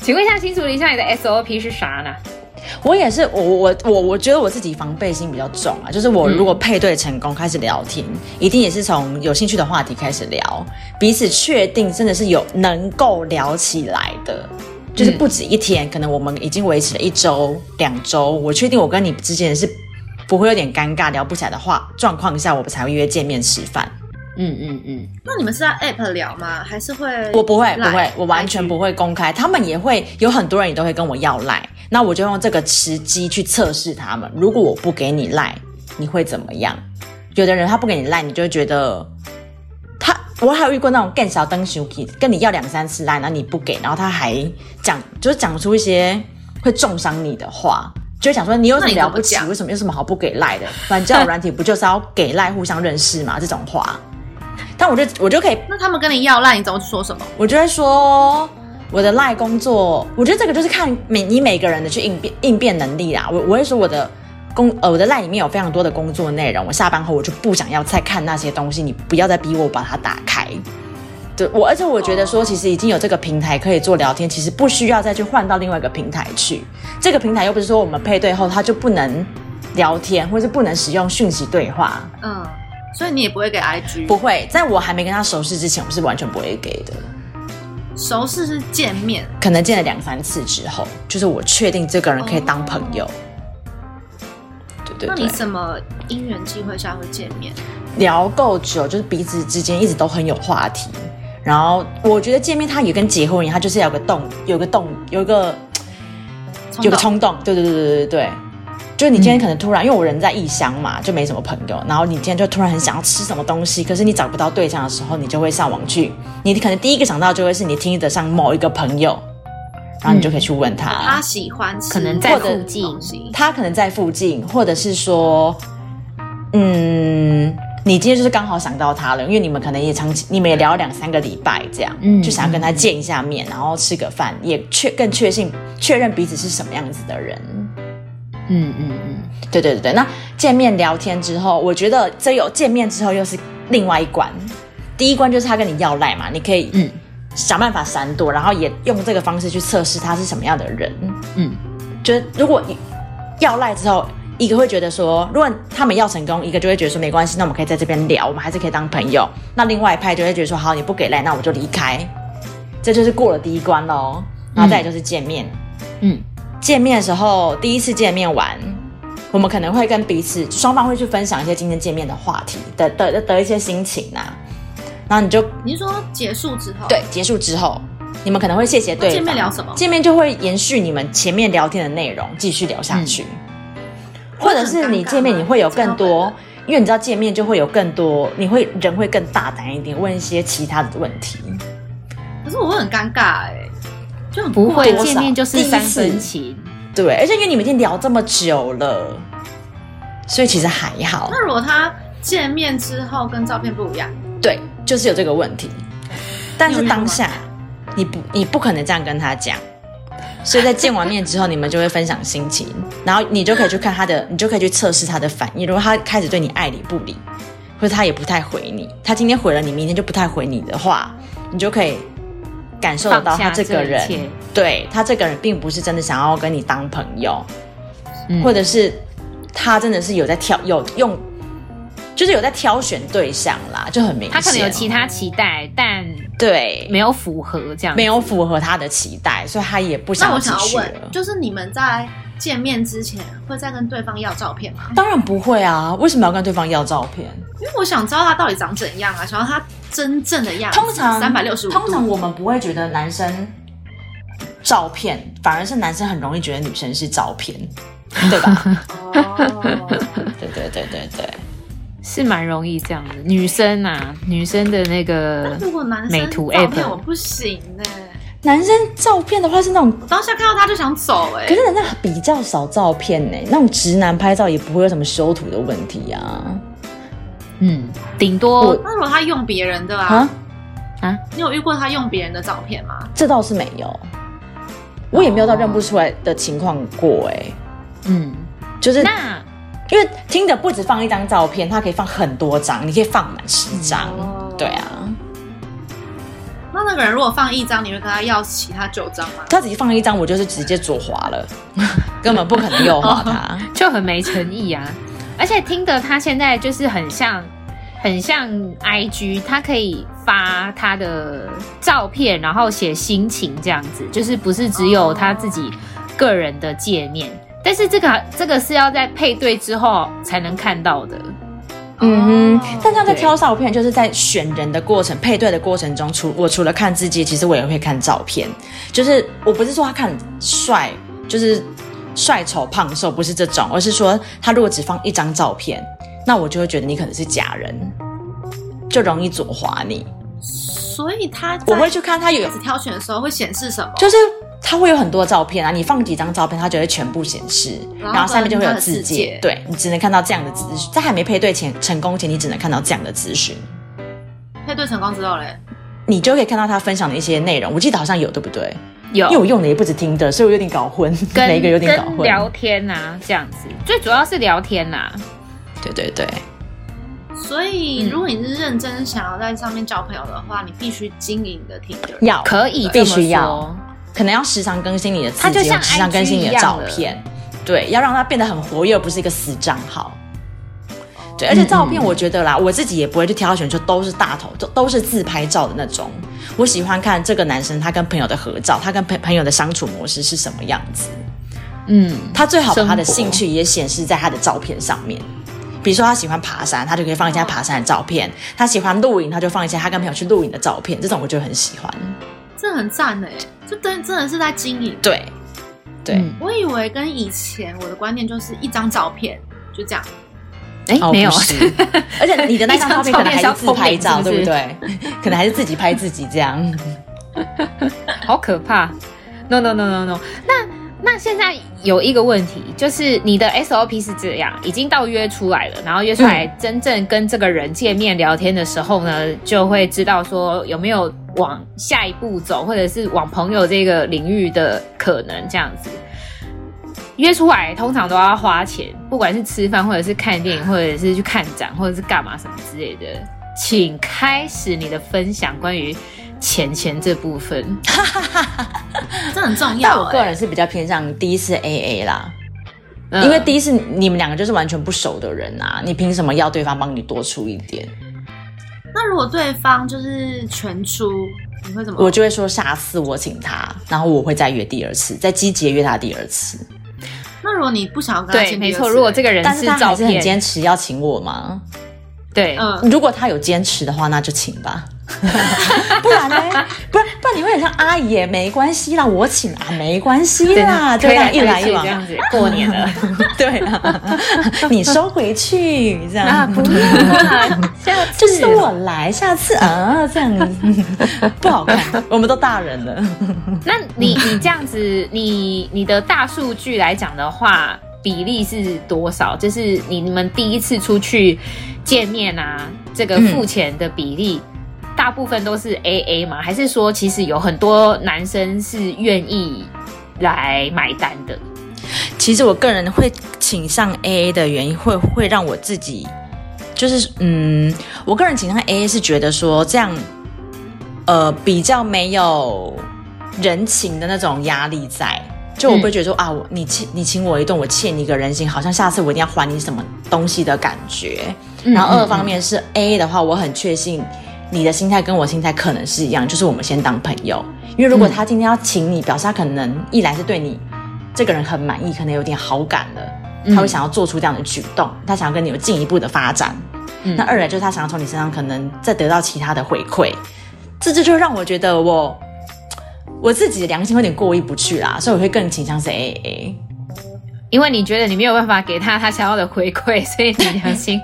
Speaker 1: 请问一下，新竹林像你的 SOP 是啥呢？
Speaker 3: 我也是，我我我我觉得我自己防备心比较重啊，就是我如果配对成功开始聊天，一定也是从有兴趣的话题开始聊，彼此确定真的是有能够聊起来的。就是不止一天，可能我们已经维持了一周、两周，我确定我跟你之间是不会有点尴尬聊不起来的话状况下，我们才会约见面吃饭。
Speaker 1: 嗯嗯嗯，
Speaker 2: 那你们是在 App 聊吗？还是会？
Speaker 3: 我不会，不
Speaker 2: 赖
Speaker 3: 会，我完全不会公开。他们也会有很多人也都会跟我要赖，那我就用这个时机去测试他们。如果我不给你赖，你会怎么样？有的人他不给你赖，你就会觉得他，我还有遇过那种更小登手机，跟你要两三次赖，然后你不给，然后他还讲，就是讲出一些会重伤你的话。就会想说你有什
Speaker 2: 那
Speaker 3: 么
Speaker 2: 你怎
Speaker 3: 了
Speaker 2: 么
Speaker 3: 不起？
Speaker 2: 讲
Speaker 3: 为什么有什么好不给赖的？反正软体不就是要给赖互相认识嘛？这种话，但我就我就可以
Speaker 2: 那他们跟你要烂，你怎么说什么？
Speaker 3: 我就会说我的赖工作，我觉得这个就是看每你每个人的去应变应变能力啦。啊我我会说我的工呃我的赖里面有非常多的工作内容，我下班后我就不想要再看那些东西，你不要再逼我把它打开。对我，而且我觉得说，其实已经有这个平台可以做聊天，其实不需要再去换到另外一个平台去。这个平台又不是说我们配对后它就不能聊天，或是不能使用讯息对话，
Speaker 2: 嗯，所以你也不会给 IG，
Speaker 3: 不会。在我还没跟他熟识之前，我是完全不会给的。
Speaker 2: 熟识是见面，
Speaker 3: 可能见了两三次之后，就是我确定这个人可以当朋友。
Speaker 2: 哦
Speaker 3: 对
Speaker 2: 那
Speaker 3: 对
Speaker 2: 你
Speaker 3: 对，
Speaker 2: 什么因缘际会下会见面？
Speaker 3: 聊够久，就是彼此之间一直都很有话题。然后我觉得见面，他也跟结婚一样，他就是要有个动，有个动，有一个
Speaker 2: 冲
Speaker 3: 有个
Speaker 2: 动，
Speaker 3: 冲动，对对对对对对对，就是你今天可能突然，因为我人在异乡嘛，就没什么朋友，然后你今天就突然很想要吃什么东西，可是你找不到对象的时候，你就会上网去，你可能第一个想到就会是你听得上某一个朋友，然后你就可以去问
Speaker 2: 他
Speaker 3: 他，
Speaker 2: 喜欢吃
Speaker 1: 可能在
Speaker 2: 或者
Speaker 1: 附近
Speaker 2: 东西
Speaker 3: 他可能在附近，或者是说，嗯。你今天就是刚好想到他了，因为你们可能也长期，你们也聊两三个礼拜这样，
Speaker 1: 嗯
Speaker 3: 就想要跟他见一下面，然后吃个饭，也确更确信确认彼此是什么样子的人。
Speaker 1: 嗯嗯嗯，
Speaker 3: 对对对对，那见面聊天之后，我觉得这有见面之后又是另外一关。第一关就是他跟你要赖嘛，你可以
Speaker 1: 嗯
Speaker 3: 想办法闪躲，然后也用这个方式去测试他是什么样的人。
Speaker 1: 嗯，
Speaker 3: 就是如果你要赖之后，一个会觉得说，如果他们要成功，一个就会觉得说没关系，那我们可以在这边聊，我们还是可以当朋友。那另外一派就会觉得说，好，你不给赖，那我就离开。这就是过了第一关喽，然后再来就是见面。
Speaker 1: 嗯
Speaker 3: 见面的时候，第一次见面完，我们可能会跟彼此双方会去分享一些今天见面的话题的的的的一些心情啊。然后你就
Speaker 2: 你是说结束之后，
Speaker 3: 对结束之后，你们可能会谢谢对方。
Speaker 2: 见面聊什么
Speaker 3: 见面就会延续你们前面聊天的内容，继续聊下去。
Speaker 2: 嗯
Speaker 3: 或者是你见面，你会有更多，因为你知道见面就会有更多，你会人会更大胆一点，问一些其他的问题。
Speaker 2: 可是我会很尴尬哎、就很
Speaker 1: 不会
Speaker 2: 多
Speaker 1: 见面就是
Speaker 3: 第一次
Speaker 1: 三分情，
Speaker 3: 对，而且因为你们已经聊这么久了，所以其实还好。
Speaker 2: 那如果他见面之后跟照片不一样，
Speaker 3: 对，就是有这个问题。但是
Speaker 2: 你有遇过吗
Speaker 3: 当下你不你不可能这样跟他讲，所以在见完面之后，你们就会分享心情，然后你就可以去看他的，你就可以去测试他的反应。如果他开始对你爱理不理，或者他也不太回你，他今天回了你，明天就不太回你的话，你就可以感受得到
Speaker 1: 放下
Speaker 3: 他这个人
Speaker 1: 这一切，
Speaker 3: 对他这个人并不是真的想要跟你当朋友，
Speaker 1: 嗯
Speaker 3: 或者是他真的是有在挑有用。就是有在挑选对象啦，就很明显。
Speaker 1: 他可能有其他期待，但
Speaker 3: 对，
Speaker 1: 没有符合这样。
Speaker 3: 没有符合他的期待，所以他也不
Speaker 2: 那
Speaker 3: 想
Speaker 2: 我
Speaker 3: 继
Speaker 2: 想要
Speaker 3: 续
Speaker 2: 问，
Speaker 3: 了。
Speaker 2: 就是你们在见面之前会再跟对方要照片吗？
Speaker 3: 当然不会啊，为什么要跟对方要照片？
Speaker 2: 因为我想知道他到底长怎样啊，想要他真正的样子。
Speaker 3: 通常
Speaker 2: 三百六十五，
Speaker 3: 通常我们不会觉得男生照片，反而是男生很容易觉得女生是照 片，对吧？
Speaker 2: 哦，
Speaker 3: 对对对对对，
Speaker 1: 是蛮容易这样的，女生啊，女生的那个
Speaker 2: 如果男
Speaker 1: 美
Speaker 2: 生
Speaker 1: 图
Speaker 2: 照片我
Speaker 1: app，
Speaker 2: 不行呢、
Speaker 3: 男生照片的话是那种，
Speaker 2: 我当下看到他就想走哎、
Speaker 3: 可是人家比较少照片呢、那种直男拍照也不会有什么修图的问题啊。
Speaker 1: 嗯，顶多
Speaker 2: 那如果他用别人的啊
Speaker 3: 啊，
Speaker 1: 啊，
Speaker 2: 你有遇过他用别人的照片吗？
Speaker 3: 这倒是没有，我也没有到认不出来的情况过哎、
Speaker 1: 嗯，
Speaker 3: 就是
Speaker 1: 那
Speaker 3: 因为听的不止放一张照片，它可以放很多张，你可以放满十张。
Speaker 2: 哦
Speaker 3: 对啊，
Speaker 2: 那那个人如果放一张，你会跟他要其他九张吗？
Speaker 3: 他只放一张，我就是直接左滑了， 根本不可能右滑它。
Speaker 1: 就很没诚意啊。而且听得他现在就是很像，很像 IG，他可以发他的照片，然后写心情这样子，就是不是只有他自己个人的界面。但是这个这个是要在配对之后才能看到的，
Speaker 3: 嗯
Speaker 2: 哦
Speaker 3: 哼，但他在挑照片，就是在选人的过程、配对的过程中，除我除了看自己，其实我也会看照片。就是我不是说他看帅，就是帅、丑、胖、瘦，不是这种，而是说他如果只放一张照片，那我就会觉得你可能是假人，就容易左滑你。
Speaker 2: 所以他在
Speaker 3: 我会去看他有
Speaker 2: 开始挑选的时候会显示什么？
Speaker 3: 就是它会有很多照片啊，你放几张照片，它就会全部显示，
Speaker 2: 然后
Speaker 3: 然后上面就会有
Speaker 2: 跟它
Speaker 3: 字
Speaker 2: 的世
Speaker 3: 界
Speaker 2: 界，
Speaker 3: 对你只能看到这样的资讯，在还没配对前成功前，你只能看到这样的资讯，
Speaker 2: 配对成功之后嘞，
Speaker 3: 你就可以看到他分享的一些内容。我记得好像有，对不对？
Speaker 1: 有
Speaker 3: 因为我用的也不止听的，所以我有点搞混，
Speaker 1: 跟
Speaker 3: 每一个有点搞
Speaker 1: 跟
Speaker 3: 混。
Speaker 1: 聊天啊这样子，最主要是聊天啊啦、
Speaker 3: 对对对，
Speaker 2: 所以
Speaker 1: 嗯
Speaker 2: 如果你是认真想要在上面交朋友的话，你必须经营你的 Tinder。
Speaker 3: 要
Speaker 1: 可以
Speaker 3: 必
Speaker 1: 这呃么
Speaker 3: 须要
Speaker 1: 说，
Speaker 3: 可能要时常更新你的字
Speaker 1: 它就
Speaker 3: 节，
Speaker 1: 像
Speaker 3: 时常更新你
Speaker 1: IG
Speaker 3: 的
Speaker 1: 一样
Speaker 3: 照
Speaker 1: 了
Speaker 3: 片，对，要让它变得很活跃，而不是一个死账号。
Speaker 1: 哦
Speaker 3: 对，而且照
Speaker 1: 嗯
Speaker 3: 片我觉得啦，我自己也不会去挑选，就都是大头，都都是自拍照的那种。我喜欢看这个男生他跟朋友的合照，他跟朋朋友的相处模式是什么样子。
Speaker 1: 嗯，
Speaker 3: 他最好把他的
Speaker 1: 生活
Speaker 3: 兴趣也显示在他的照片上面。比如说他喜欢爬山，他就可以放一下爬山的照片；他喜欢露营，他就放一下他跟朋友去露营的照片。这种我就很喜欢。
Speaker 2: 欸这很赞哎、这真真的是在经营。
Speaker 3: 对，对，
Speaker 1: 嗯
Speaker 2: 我以为跟以前我的观念就是一张照片就这样，
Speaker 1: 哎、
Speaker 3: 哦
Speaker 1: 没有
Speaker 3: 不，是 而且你的那张照片可能还是自拍照，
Speaker 1: 一张照片小
Speaker 3: 对不对？可能还是自己拍自己这样。
Speaker 1: 好可怕！No No No No No。那那现在有一个问题，就是你的 SOP 是这样，已经到约出来了，然后约出来真正跟这个人见面聊天的时候呢，就会知道说有没有往下一步走，或者是往朋友这个领域的可能这样子。约出来通常都要花钱，不管是吃饭，或者是看电影，或者是去看展，或者是干嘛什么之类的。请开始你的分享，关于钱钱这部分。
Speaker 2: 这很重
Speaker 3: 但
Speaker 2: 要、
Speaker 3: 我
Speaker 2: 欸。
Speaker 3: 个人是比较偏向第一次 AA 啦，
Speaker 1: 嗯
Speaker 3: 因为第一次你们两个就是完全不熟的人啊，你凭什么要对方帮你多出一点？
Speaker 2: 那如果对方就是全出，你会怎么？
Speaker 3: 我就会说下次我请他，然后我会再约第二次，再积极地约他第二次。
Speaker 2: 那如果你不想要跟他
Speaker 1: 对，
Speaker 2: 见
Speaker 1: 没
Speaker 2: 第二
Speaker 1: 错。
Speaker 2: 次
Speaker 1: 如果这个人
Speaker 3: 但是他
Speaker 1: 照
Speaker 3: 还是很
Speaker 1: 片，
Speaker 3: 坚持要请我吗？
Speaker 1: 对，
Speaker 2: 嗯，
Speaker 3: 如果他有坚持的话，那就请 吧。不然呢？不然不然你会很像阿姨耶，没关系啦，我请啊，没关系啦，
Speaker 1: 推
Speaker 3: 对啊，
Speaker 1: 来
Speaker 3: 一来
Speaker 1: 推去
Speaker 3: 一往
Speaker 1: 这，样子，嗯过年 了，
Speaker 3: 对啊，你收回去这
Speaker 1: 啊，
Speaker 3: 样，
Speaker 1: 不要 啦，下次
Speaker 3: 就是我来，下次啊这样 不好看，我们都大人了。嗯
Speaker 1: 那你你这样子，你你的大数据来讲的话，比例是多少？就是你你们第一次出去见面啊，这
Speaker 3: 嗯
Speaker 1: 个付钱的比例。大部分都是 A A 吗？还是说其实有很多男生是愿意来买单的？
Speaker 3: 其实我个人会倾向 AA 的原因，会会让我自己就是嗯，我个人倾向 AA 是觉得说这样，呃，比较没有人情的那种压力在。就我不会觉得说、啊，我你请你请我一顿，我欠你一个人情，好像下次我一定要还你什么东西的感觉。然后二方面是 A 的话，我很确信你的心态跟我心态可能是一样，就是我们先当朋友。因为如果他今天要请你，表示他可能一来是对你这个人很满意，可能有点好感了，他会想要做出这样的举动，他想要跟你有进一步的发展。
Speaker 1: 嗯
Speaker 3: 那二来就是他想要从你身上可能再得到其他的回馈，这这就让我觉得我我自己的良心有点过意不去啦，所以我会更倾向是 AA。
Speaker 1: 因为你觉得你没有办法给他他想要的回馈，所以你良心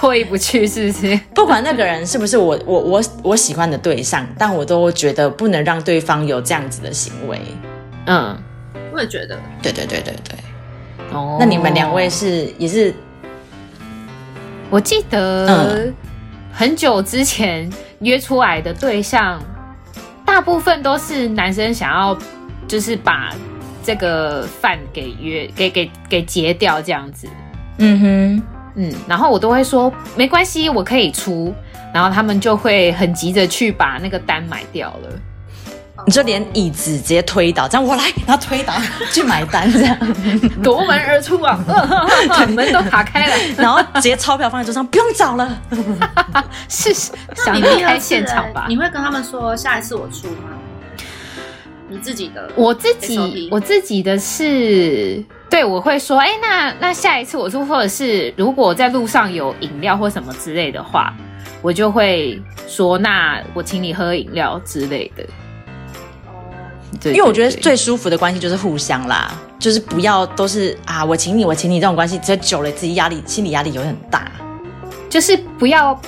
Speaker 1: 过意不去，是不是？
Speaker 3: 不管那个人是不是我我我我喜欢的对象，但我都觉得不能让对方有这样子的行为。
Speaker 1: 嗯，
Speaker 2: 我也觉得，
Speaker 3: 对对对对对。
Speaker 1: 哦
Speaker 3: 那你们两位，是也是
Speaker 1: 我记得很久之前约出来的对象，大部分都是男生想要，就是把这个饭给约给给给结掉这样子。
Speaker 3: 嗯
Speaker 1: 嗯，然后我都会说没关系，我可以出，然后他们就会很急着去把那个单买掉了。
Speaker 2: 哦
Speaker 3: 哼，你就连椅子直接推倒，这样我来，然后推倒去买单这样，
Speaker 1: 夺门而出 啊！门都打开了，
Speaker 3: 然后直接钞票放在桌上，不用找了。
Speaker 1: 是
Speaker 2: 那
Speaker 1: 想
Speaker 2: 你
Speaker 1: 离
Speaker 2: 第
Speaker 1: 开
Speaker 2: 二次
Speaker 1: 现场
Speaker 2: 嘞
Speaker 1: 吧
Speaker 2: 你。会跟他们说下一次我出吗？你自己的，
Speaker 1: 我自己
Speaker 2: SOP
Speaker 1: 我自己的是，对我会说，哎、那那下一次我出，或者是如果在路上有饮料或什么之类的话，我就会说，那我请你喝饮料之类的。
Speaker 2: 哦
Speaker 1: 对，
Speaker 3: 因为我觉得
Speaker 1: 对对
Speaker 3: 最舒服的关系就是互相啦，就是不要都是啊我请你我请你这种关系，这久了自己压力心理压力也会很大。
Speaker 1: 就是不要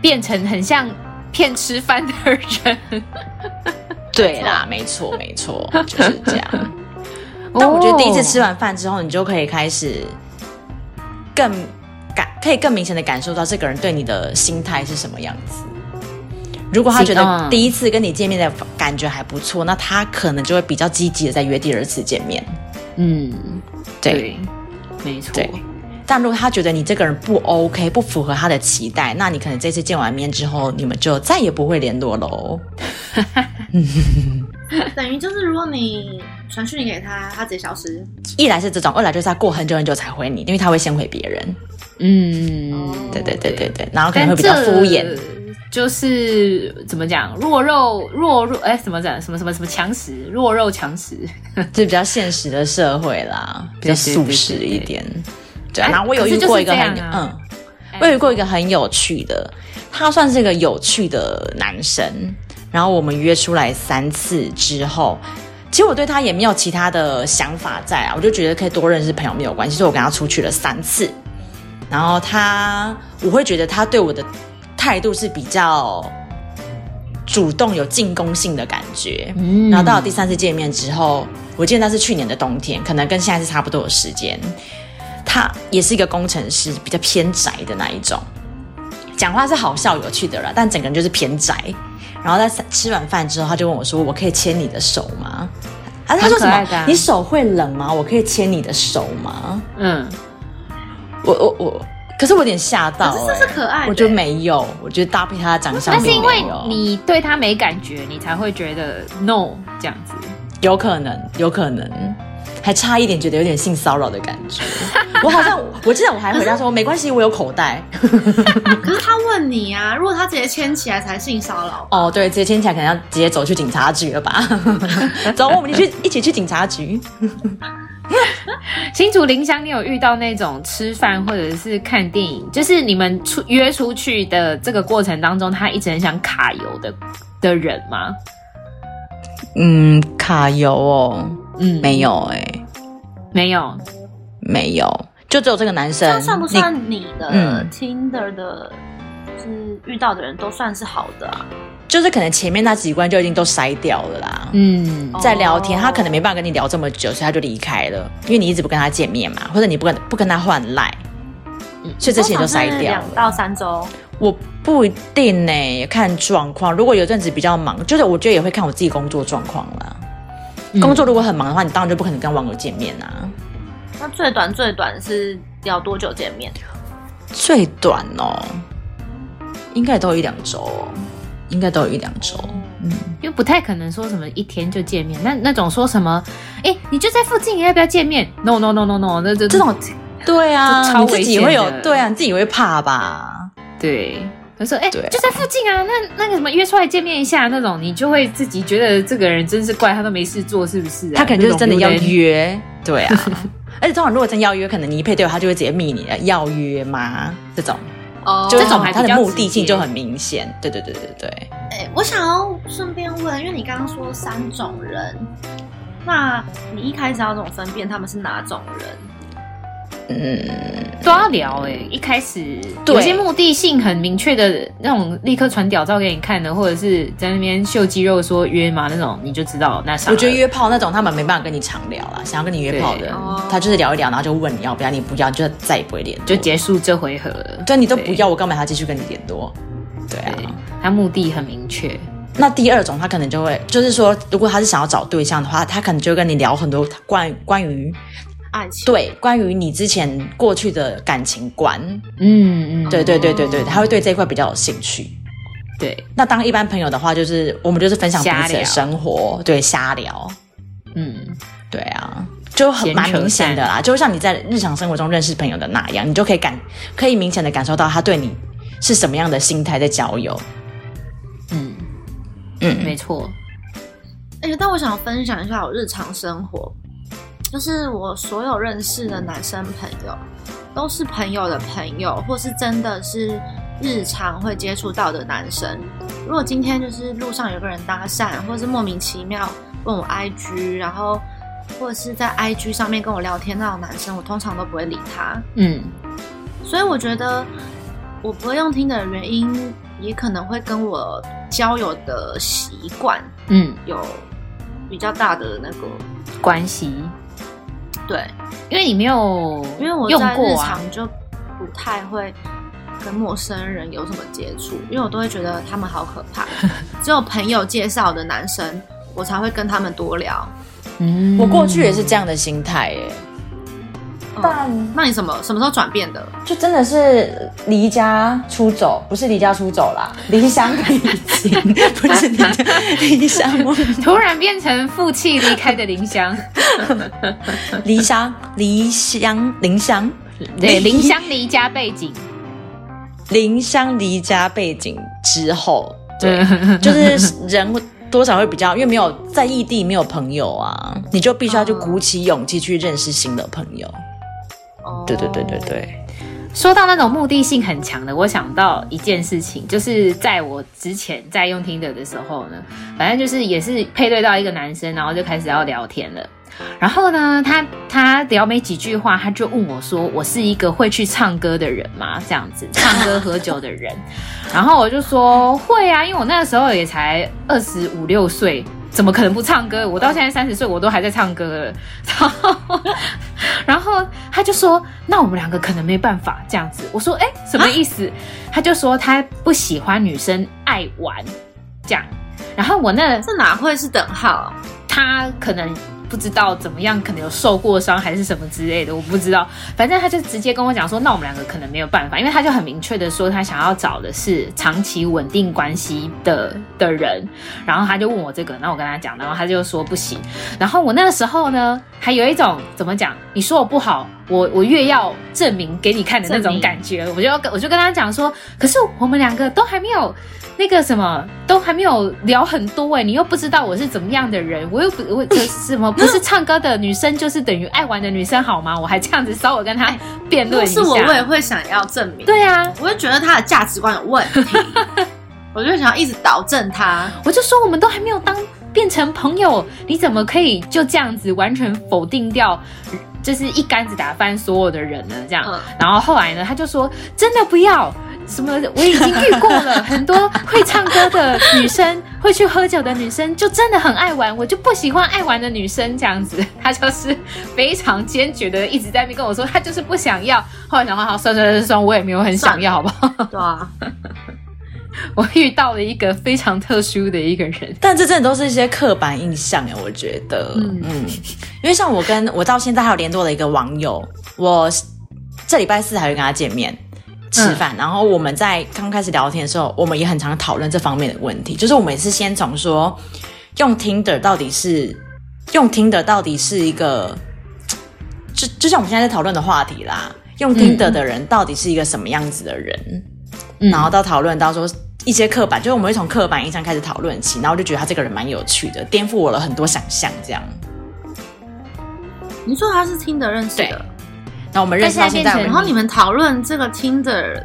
Speaker 1: 变成很像骗吃饭的人。
Speaker 3: 对啦，没错没错，就是这样。但我觉得第一次吃
Speaker 1: 哦，
Speaker 3: 完饭之后，你就可以开始更感，可以更明显的感受到这个人对你的心态是什么样子。如果他觉
Speaker 1: 嗯
Speaker 3: 得第一次跟你见面的感觉还不错，那他可能就会比较积极的再约第二次见面。
Speaker 1: 嗯，
Speaker 3: 对，
Speaker 1: 对，没错。
Speaker 3: 对但如果他觉得你这个人不 OK，不符合他的期待，那你可能这次见完面之后，你们就再也不会联络喽。
Speaker 2: 等于就是如果你传讯给他，他直接消失。
Speaker 3: 一来是这种，二来就是他过很久很久才回你，因为他会先回别人。
Speaker 1: 嗯，
Speaker 3: 对对对对对，然哦后可
Speaker 1: 但
Speaker 3: 能
Speaker 1: 这
Speaker 3: 会比较敷衍。
Speaker 1: 就是怎么讲，弱肉弱肉，哎，怎么讲？什么什么什么强食，弱肉强食。
Speaker 3: 就比较现实的社会啦，比较素食一点。对啊，
Speaker 1: 哎
Speaker 3: 然后我有遇过一个
Speaker 1: 可是
Speaker 3: 很、
Speaker 1: 就是这样啊
Speaker 3: 嗯，我有遇过一个很有趣的，他算是一个有趣的男生。然后我们约出来三次之后，其实我对他也没有其他的想法在啊，我就觉得可以多认识朋友没有关系，所以我跟他出去了三次。然后他，我会觉得他对我的态度是比较主动、有进攻性的感觉。
Speaker 1: 嗯
Speaker 3: 然后到了第三次见面之后，我记得那是去年的冬天，可能跟现在是差不多的时间。他也是一个工程师，比较偏宅的那一种，讲话是好笑有趣的啦，但整个人就是偏宅。然后在吃吃完饭之后，他就问我说：“我可以牵你的手吗？”啊，他说什
Speaker 1: 蛮可爱的
Speaker 3: 么
Speaker 1: 啊？
Speaker 3: 你手会冷吗？我可以牵你的手吗？
Speaker 1: 嗯，
Speaker 3: 我我我，可是我有点吓到、欸
Speaker 2: 可是这是可爱的
Speaker 3: 哦我觉得没有，我觉得搭配他的长相
Speaker 1: 那
Speaker 3: 并
Speaker 1: 欸是
Speaker 3: 没有，
Speaker 1: 因为你对他没感觉，你才会觉得 no 这样子。
Speaker 3: 有可能，有可能。还差一点觉得有点性骚扰的感 觉，我好像我记得我还回答说没关系，我有口 袋。
Speaker 2: 可是他问你啊，如果他直接牵起来才性骚扰，
Speaker 3: 哦，对，直接牵起来可能要直接走去警察局了 吧？走，我们去一起去警察局。
Speaker 1: 新竹林香，你有遇到那种吃饭或者是看电影，就是你们出约出去的这个过程当中，他一直很想卡油的的人吗？
Speaker 3: 嗯，卡油哦，
Speaker 1: 嗯，
Speaker 3: 没有哎、
Speaker 1: 没有，
Speaker 3: 没有，就只有这个男
Speaker 2: 这
Speaker 3: 生。
Speaker 2: 样算不
Speaker 3: 你？
Speaker 2: 算你的
Speaker 3: 嗯
Speaker 2: Tinder 的，就是遇到的人都算是好的啊？
Speaker 3: 就是可能前面那几关就已经都筛掉了啦。
Speaker 1: 嗯，
Speaker 2: 哦
Speaker 3: 在聊天，他可能没办法跟你聊这么久，所以他就离开了，因为你一直不跟他见面嘛，或者你不跟不跟他换赖，所以这些都
Speaker 2: 通常是
Speaker 3: 筛掉了
Speaker 2: 两。到三周。
Speaker 3: 我不一定呢、看状况。如果有阵子比较忙，就是我觉得也会看我自己工作状况啦。
Speaker 1: 嗯
Speaker 3: 工作如果很忙的话，你当然就不可能跟网友见面啊。
Speaker 2: 那最短最短是要多久见面？
Speaker 3: 最短哦，应该也都有一两周哦，应该都有一两周。
Speaker 1: 嗯因为不太可能说什么一天就见面，那那种说什么，哎、你就在附近，要不要见面？No No No No No，那这
Speaker 3: 这种对
Speaker 1: 这
Speaker 3: 啊，
Speaker 1: 超
Speaker 3: 你自己
Speaker 1: 危险的
Speaker 3: 会有对啊，你自己会怕吧？
Speaker 1: 对，他说哎、
Speaker 3: 对
Speaker 1: 就在附近啊，那那个什么约出来见面一下那种，你就会自己觉得这个人真是怪，他都没事做，是不是啊、
Speaker 3: 他可能就是真的要
Speaker 1: 这种
Speaker 3: 约，对啊。而且通常如果真要约，可能你一配对，他就会直接密你了，要约吗？这种，
Speaker 2: 哦
Speaker 3: 就
Speaker 1: 这种还
Speaker 3: 他
Speaker 1: 比
Speaker 3: 的
Speaker 1: 较
Speaker 3: 目
Speaker 1: 直
Speaker 3: 的性
Speaker 1: 接
Speaker 3: 就很明显。对对对对对，
Speaker 2: 哎，我想要顺便问，因为你刚刚说三种人，那你一开始要怎么分辨他们是哪种人？
Speaker 1: 都要聊哎、一开始
Speaker 3: 对
Speaker 1: 有些目的性很明确的那种，立刻传屌照给你看的，或者是在那边秀肌肉说约嘛那种，你就知道那啥了。
Speaker 3: 我觉得约炮那种他们没办法跟你常聊啦，想要跟你约炮的
Speaker 1: 对
Speaker 2: 哦，
Speaker 3: 他就是聊一聊，然后就问你要不要，你不要你就再也不会联络，
Speaker 1: 就结束这回合了。
Speaker 3: 对你都不要，我干嘛还要继续跟你联络？对啊。
Speaker 1: 对，他目的很明确。
Speaker 3: 那第二种，他可能就会，就是说，如果他是想要找对象的话，他可能就会跟你聊很多关于关于
Speaker 2: 爱情？
Speaker 3: 对关于你之前过去的感情观，
Speaker 1: 嗯嗯，
Speaker 3: 对对对对对，他会对这一块比较有兴趣。
Speaker 1: 对，
Speaker 3: 那当一般朋友的话，就是我们就是分享彼此
Speaker 1: 瞎聊
Speaker 3: 的生活，对，瞎聊，
Speaker 1: 嗯。
Speaker 3: 对啊，就很
Speaker 1: 闲
Speaker 3: 蛮
Speaker 1: 扯
Speaker 3: 明显的啦，就像你在日常生活中认识朋友的那样，你就可以感可以明显的感受到他对你是什么样的心态在交友。
Speaker 1: 嗯，
Speaker 3: 嗯，
Speaker 1: 没错，
Speaker 2: 而哎且，但我想分享一下我日常生活，就是我所有认识的男生朋友，都是朋友的朋友，或是真的是日常会接触到的男生。如果今天就是路上有个人搭讪，或是莫名其妙问我 IG，然后或者是在 IG 上面跟我聊天那种男生，我通常都不会理他。
Speaker 1: 嗯，
Speaker 2: 所以我觉得我不会用听的原因，也可能会跟我交友的习惯
Speaker 1: 嗯，
Speaker 2: 有比较大的那个
Speaker 1: 关系，
Speaker 2: 对，
Speaker 1: 因为你没有
Speaker 2: 因为我
Speaker 1: 用
Speaker 2: 在日
Speaker 1: 过啊，
Speaker 2: 常就不太会跟陌生人有什么接触，因为我都会觉得他们好可怕。只有朋友介绍的男生，我才会跟他们多聊。
Speaker 1: 嗯，
Speaker 3: 我过去也是这样的心态耶，
Speaker 1: 哦
Speaker 2: 嗯
Speaker 3: 但
Speaker 2: 那你什么什么时候转变的？
Speaker 3: 就真的是离家出走，不是离家出走啦， 离乡离井，不是离家 离乡梦
Speaker 1: 突然变成负气离开的林香，
Speaker 3: 离乡离乡离乡
Speaker 1: 对，林香离家背景，
Speaker 3: 离乡离家背景之后，对，
Speaker 1: 对，
Speaker 3: 就是人会多少会比较，因为没有在异地没有朋友啊，你就必须要去鼓起勇气去认识新的朋友。
Speaker 2: 哦，
Speaker 3: 对对对对对，
Speaker 1: 说到那种目的性很强的，我想到一件事情，就是在我之前在用 Tinder 的时候呢，反正就是也是配对到一个男生，然后就开始要聊天了。然后呢，他他聊没几句话，他就问我说：“我是一个会去唱歌的人吗？”这样子，唱歌喝酒的人。然后我就说：“会啊，因为我那个时候也才二十五六岁，怎么可能不唱歌？我到现在三十岁，我都还在唱歌了。”然后， 然后他就说：“那我们两个可能没办法这样子。”我说：“哎，什么意思？”他就说他不喜欢女生爱玩这样。然后我那
Speaker 2: 这哪会是等号？
Speaker 1: 他可能不知道怎么样，可能有受过伤还是什么之类的，我不知道。反正他就直接跟我讲说，那我们两个可能没有办法，因为他就很明确的说，他想要找的是长期稳定关系的的人。然后他就问我这个，然后我跟他讲，然后他就说不行。然后我那个时候呢，还有一种怎么讲，你说我不好，我我越要证明给你看的那
Speaker 2: 证
Speaker 1: 种
Speaker 2: 明
Speaker 1: 感觉，我就要跟我就跟他讲说，可是我们两个都还没有那个什么，都还没有聊很多哎、你又不知道我是怎么样的人，我又不我这什 么不是唱歌的女生就是等于爱玩的女生好吗？我还这样子稍微跟他辩论
Speaker 2: 若
Speaker 1: 一
Speaker 2: 是
Speaker 1: 下，
Speaker 2: 我，我也会想要证明。
Speaker 1: 对啊，
Speaker 2: 我就觉得他的价值观有问题，我就想要一直导正他。
Speaker 1: 我就说我们都还没有当变成朋友，你怎么可以就这样子完全否定掉，就是一竿子打翻所有的人呢？这样，
Speaker 2: 嗯
Speaker 1: 然后后来呢，他就说真的不要。什么？我已经遇过了很多会唱歌的女生，会去喝酒的女生，就真的很爱玩。我就不喜欢爱玩的女生这样子。他就是非常坚决的一直在那边跟我说，他就是不想要。后来想说，好，算算算算，我也没有很想要，好不好？
Speaker 2: 对啊，
Speaker 1: 我遇到了一个非常特殊的一个人。
Speaker 3: 但这真的都是一些刻板印象哎，我觉得，
Speaker 1: 嗯
Speaker 3: 嗯因为像我跟我到现在还有联络的一个网友，我这礼拜四还会跟他见面吃饭，然后我们在刚开始聊天的时候，我们也很常讨论这方面的问题，就是我们也是先从说用 Tinder 到底是用 Tinder 到底是一个，就就像我们现在在讨论的话题啦，用 Tinder 的人到底是一个什么样子的人？
Speaker 1: 嗯
Speaker 3: 然后到讨论到说一些刻板，就是我们会从刻板印象开始讨论起，然后我就觉得他这个人蛮有趣的，颠覆我了很多想象。这样，
Speaker 2: 你说他是听的认识的，
Speaker 3: 那我们认识到
Speaker 1: 但现
Speaker 3: 现在，
Speaker 1: 在变成
Speaker 2: 然后你们讨论这个听的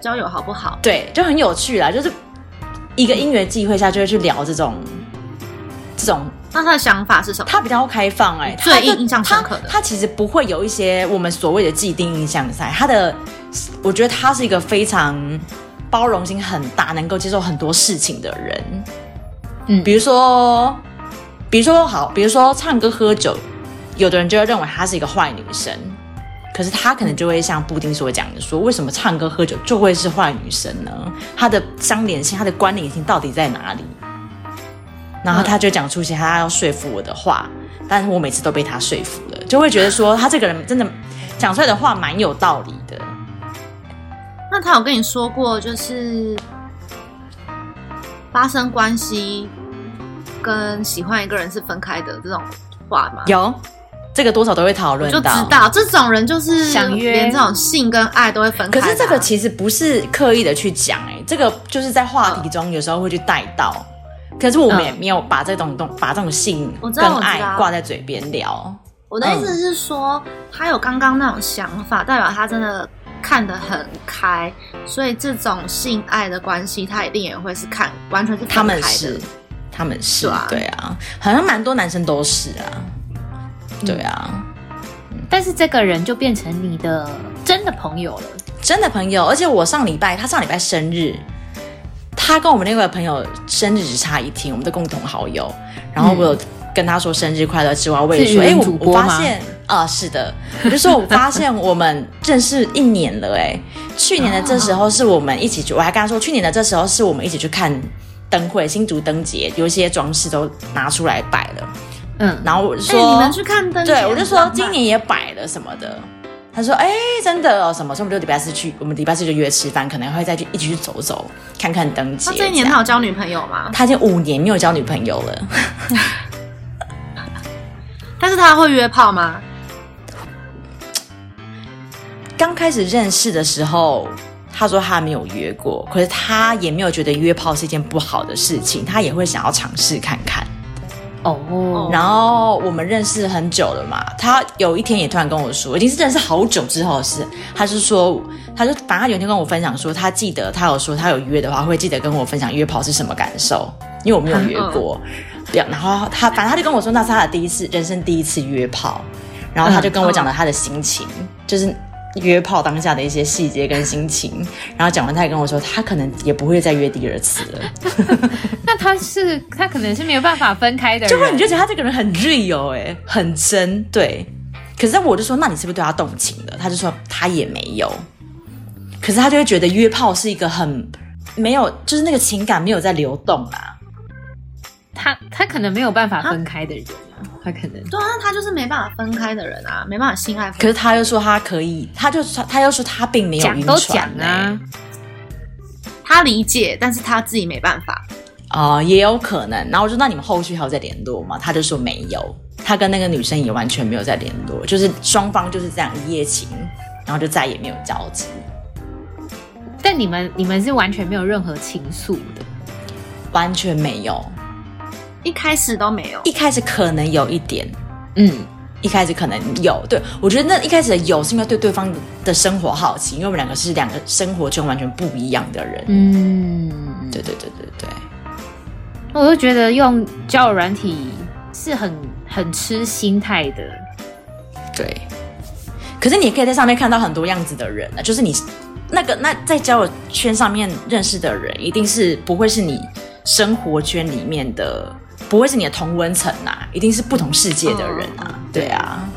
Speaker 2: 交友好不好？
Speaker 3: 对就很有趣啦，就是一个因缘际会下就会去聊这种这种。
Speaker 2: 那他的想法是什么？嗯
Speaker 3: 他比较开放哎、
Speaker 2: 最
Speaker 3: 他就
Speaker 2: 印象深刻的
Speaker 3: 他，他其实不会有一些我们所谓的既定印象在。他的，我觉得他是一个非常包容性很大，能够接受很多事情的人。
Speaker 1: 嗯
Speaker 3: 比如说，比如说好，比如说唱歌喝酒，有的人就会认为她是一个坏女生，可是她可能就会像布丁所讲的说，为什么唱歌喝酒就会是坏女生呢？她的相连性，她的关联性到底在哪里？然后她就讲出一些她要说服我的话，但是我每次都被她说服了，就会觉得说她这个人真的讲出来的话蛮有道理的。
Speaker 2: 那他有跟你说过，就是发生关系跟喜欢一个人是分开的这种话吗？
Speaker 3: 有这个多少都会讨
Speaker 2: 我
Speaker 3: 论
Speaker 2: 就知
Speaker 3: 到，
Speaker 2: 道这种人就是
Speaker 1: 想约
Speaker 2: 连这种性跟爱都会分开
Speaker 3: 可
Speaker 2: 的啊、
Speaker 3: 是这个其实不是刻意的去讲，哎，这个就是在话题中有时候会去带到，可是我们也没有把这种东、把这种性
Speaker 2: 我知
Speaker 3: 跟
Speaker 2: 道我知道
Speaker 3: 爱挂在嘴边聊。
Speaker 2: 我的意思是
Speaker 3: 嗯
Speaker 2: 说，他有刚刚那种想法，代表他真的看得很开，所以这种性爱的关系，他一定也会是看完全是分
Speaker 3: 他们
Speaker 2: 开的
Speaker 3: 是，他们是，
Speaker 2: 对啊
Speaker 3: 对啊，好像蛮多男生都是啊，对啊，
Speaker 1: 但是这个人就变成你的真的朋友了。
Speaker 3: 真的朋友，而且我上礼拜他上礼拜生日，他跟我们另外一个朋友生日只差一天，我们的共同好友，然后我有跟他说生日快乐之外，我也说，
Speaker 1: 是
Speaker 3: 哎、
Speaker 1: 语音
Speaker 3: 我
Speaker 1: 主
Speaker 3: 我
Speaker 1: 播吗
Speaker 3: 发现啊、是的，我就说我发现我们认识一年了、哎，去年的这时候是我们一起去，我还跟他说，去年的这时候是我们一起去看灯会，新竹灯节，有一些装饰都拿出来摆了，
Speaker 1: 嗯，
Speaker 3: 然后我就
Speaker 2: 哎、
Speaker 3: 说，
Speaker 2: 你们去看灯节很浪漫，
Speaker 3: 对，我就说今年也摆了什么的。他说：“哎、真的哦，什么？所以我们就礼拜四去，我们礼拜四就约吃饭，可能会再去一起去走走，看看灯节。
Speaker 2: 他这一年
Speaker 3: 这
Speaker 2: 他
Speaker 3: 样
Speaker 2: 有交女朋友吗？
Speaker 3: 他已经五年没有交女朋友了，
Speaker 2: 但是他会约炮吗？
Speaker 3: 刚开始认识的时候，他说他没有约过，可是他也没有觉得约炮是一件不好的事情，他也会想要尝试看看。
Speaker 1: 哦，
Speaker 3: 然后我们认识很久了嘛，他有一天也突然跟我说，已经是认识好久之后的事。他是说，他就反正他有一天跟我分享说，他记得他有说他有约的话，会记得跟我分享约炮是什么感受，因为我没有约过。对然后他反正他就跟我说，那是他的第一次人生第一次约炮，然后他就跟我讲了他的心情，就是。约炮当下的一些细节跟心情，然后讲完，他也跟我说，他可能也不会再约第二次了。
Speaker 1: 那他是他可能是没有办法分开的人，
Speaker 3: 就会你就觉得他这个人很 real 哎、很真，对。可是我就说，那你是不是对他动情了？他就说他也没有。可是他就会觉得约炮是一个很没有，就是那个情感没有在流动啊。
Speaker 1: 他他可能没有办法分开的人啊、他可能
Speaker 2: 对啊，那他就是没办法分开的人啊，没办法性爱分
Speaker 3: 可是他又说他可以，他就说他又说他并没有
Speaker 1: 讲
Speaker 3: 晕
Speaker 1: 都
Speaker 3: 船哎
Speaker 1: 讲啊，
Speaker 2: 他理解，但是他自己没办法。
Speaker 3: 哎，哦、也有可能。然后我说那你们后续还有在联络吗？他就说没有，他跟那个女生也完全没有在联络，就是双方就是这样一夜情，然后就再也没有交集。
Speaker 1: 但你们你们是完全没有任何情愫的，
Speaker 3: 完全没有，
Speaker 2: 一开始都没有，
Speaker 3: 一开始可能有一点，
Speaker 1: 嗯，
Speaker 3: 一开始可能有，对我觉得那一开始的有是因为对对方的生活好奇，因为我们两个是两个生活圈完全不一样的人。
Speaker 1: 嗯，
Speaker 3: 对对对对对，
Speaker 1: 我就觉得用交友软体是很很吃心态的，
Speaker 3: 对。可是你也可以在上面看到很多样子的人啊，就是你那个那在交友圈上面认识的人，一定是不会是你生活圈里面的，不会是你的同温层啊，一定是不同世界的人啊，对啊，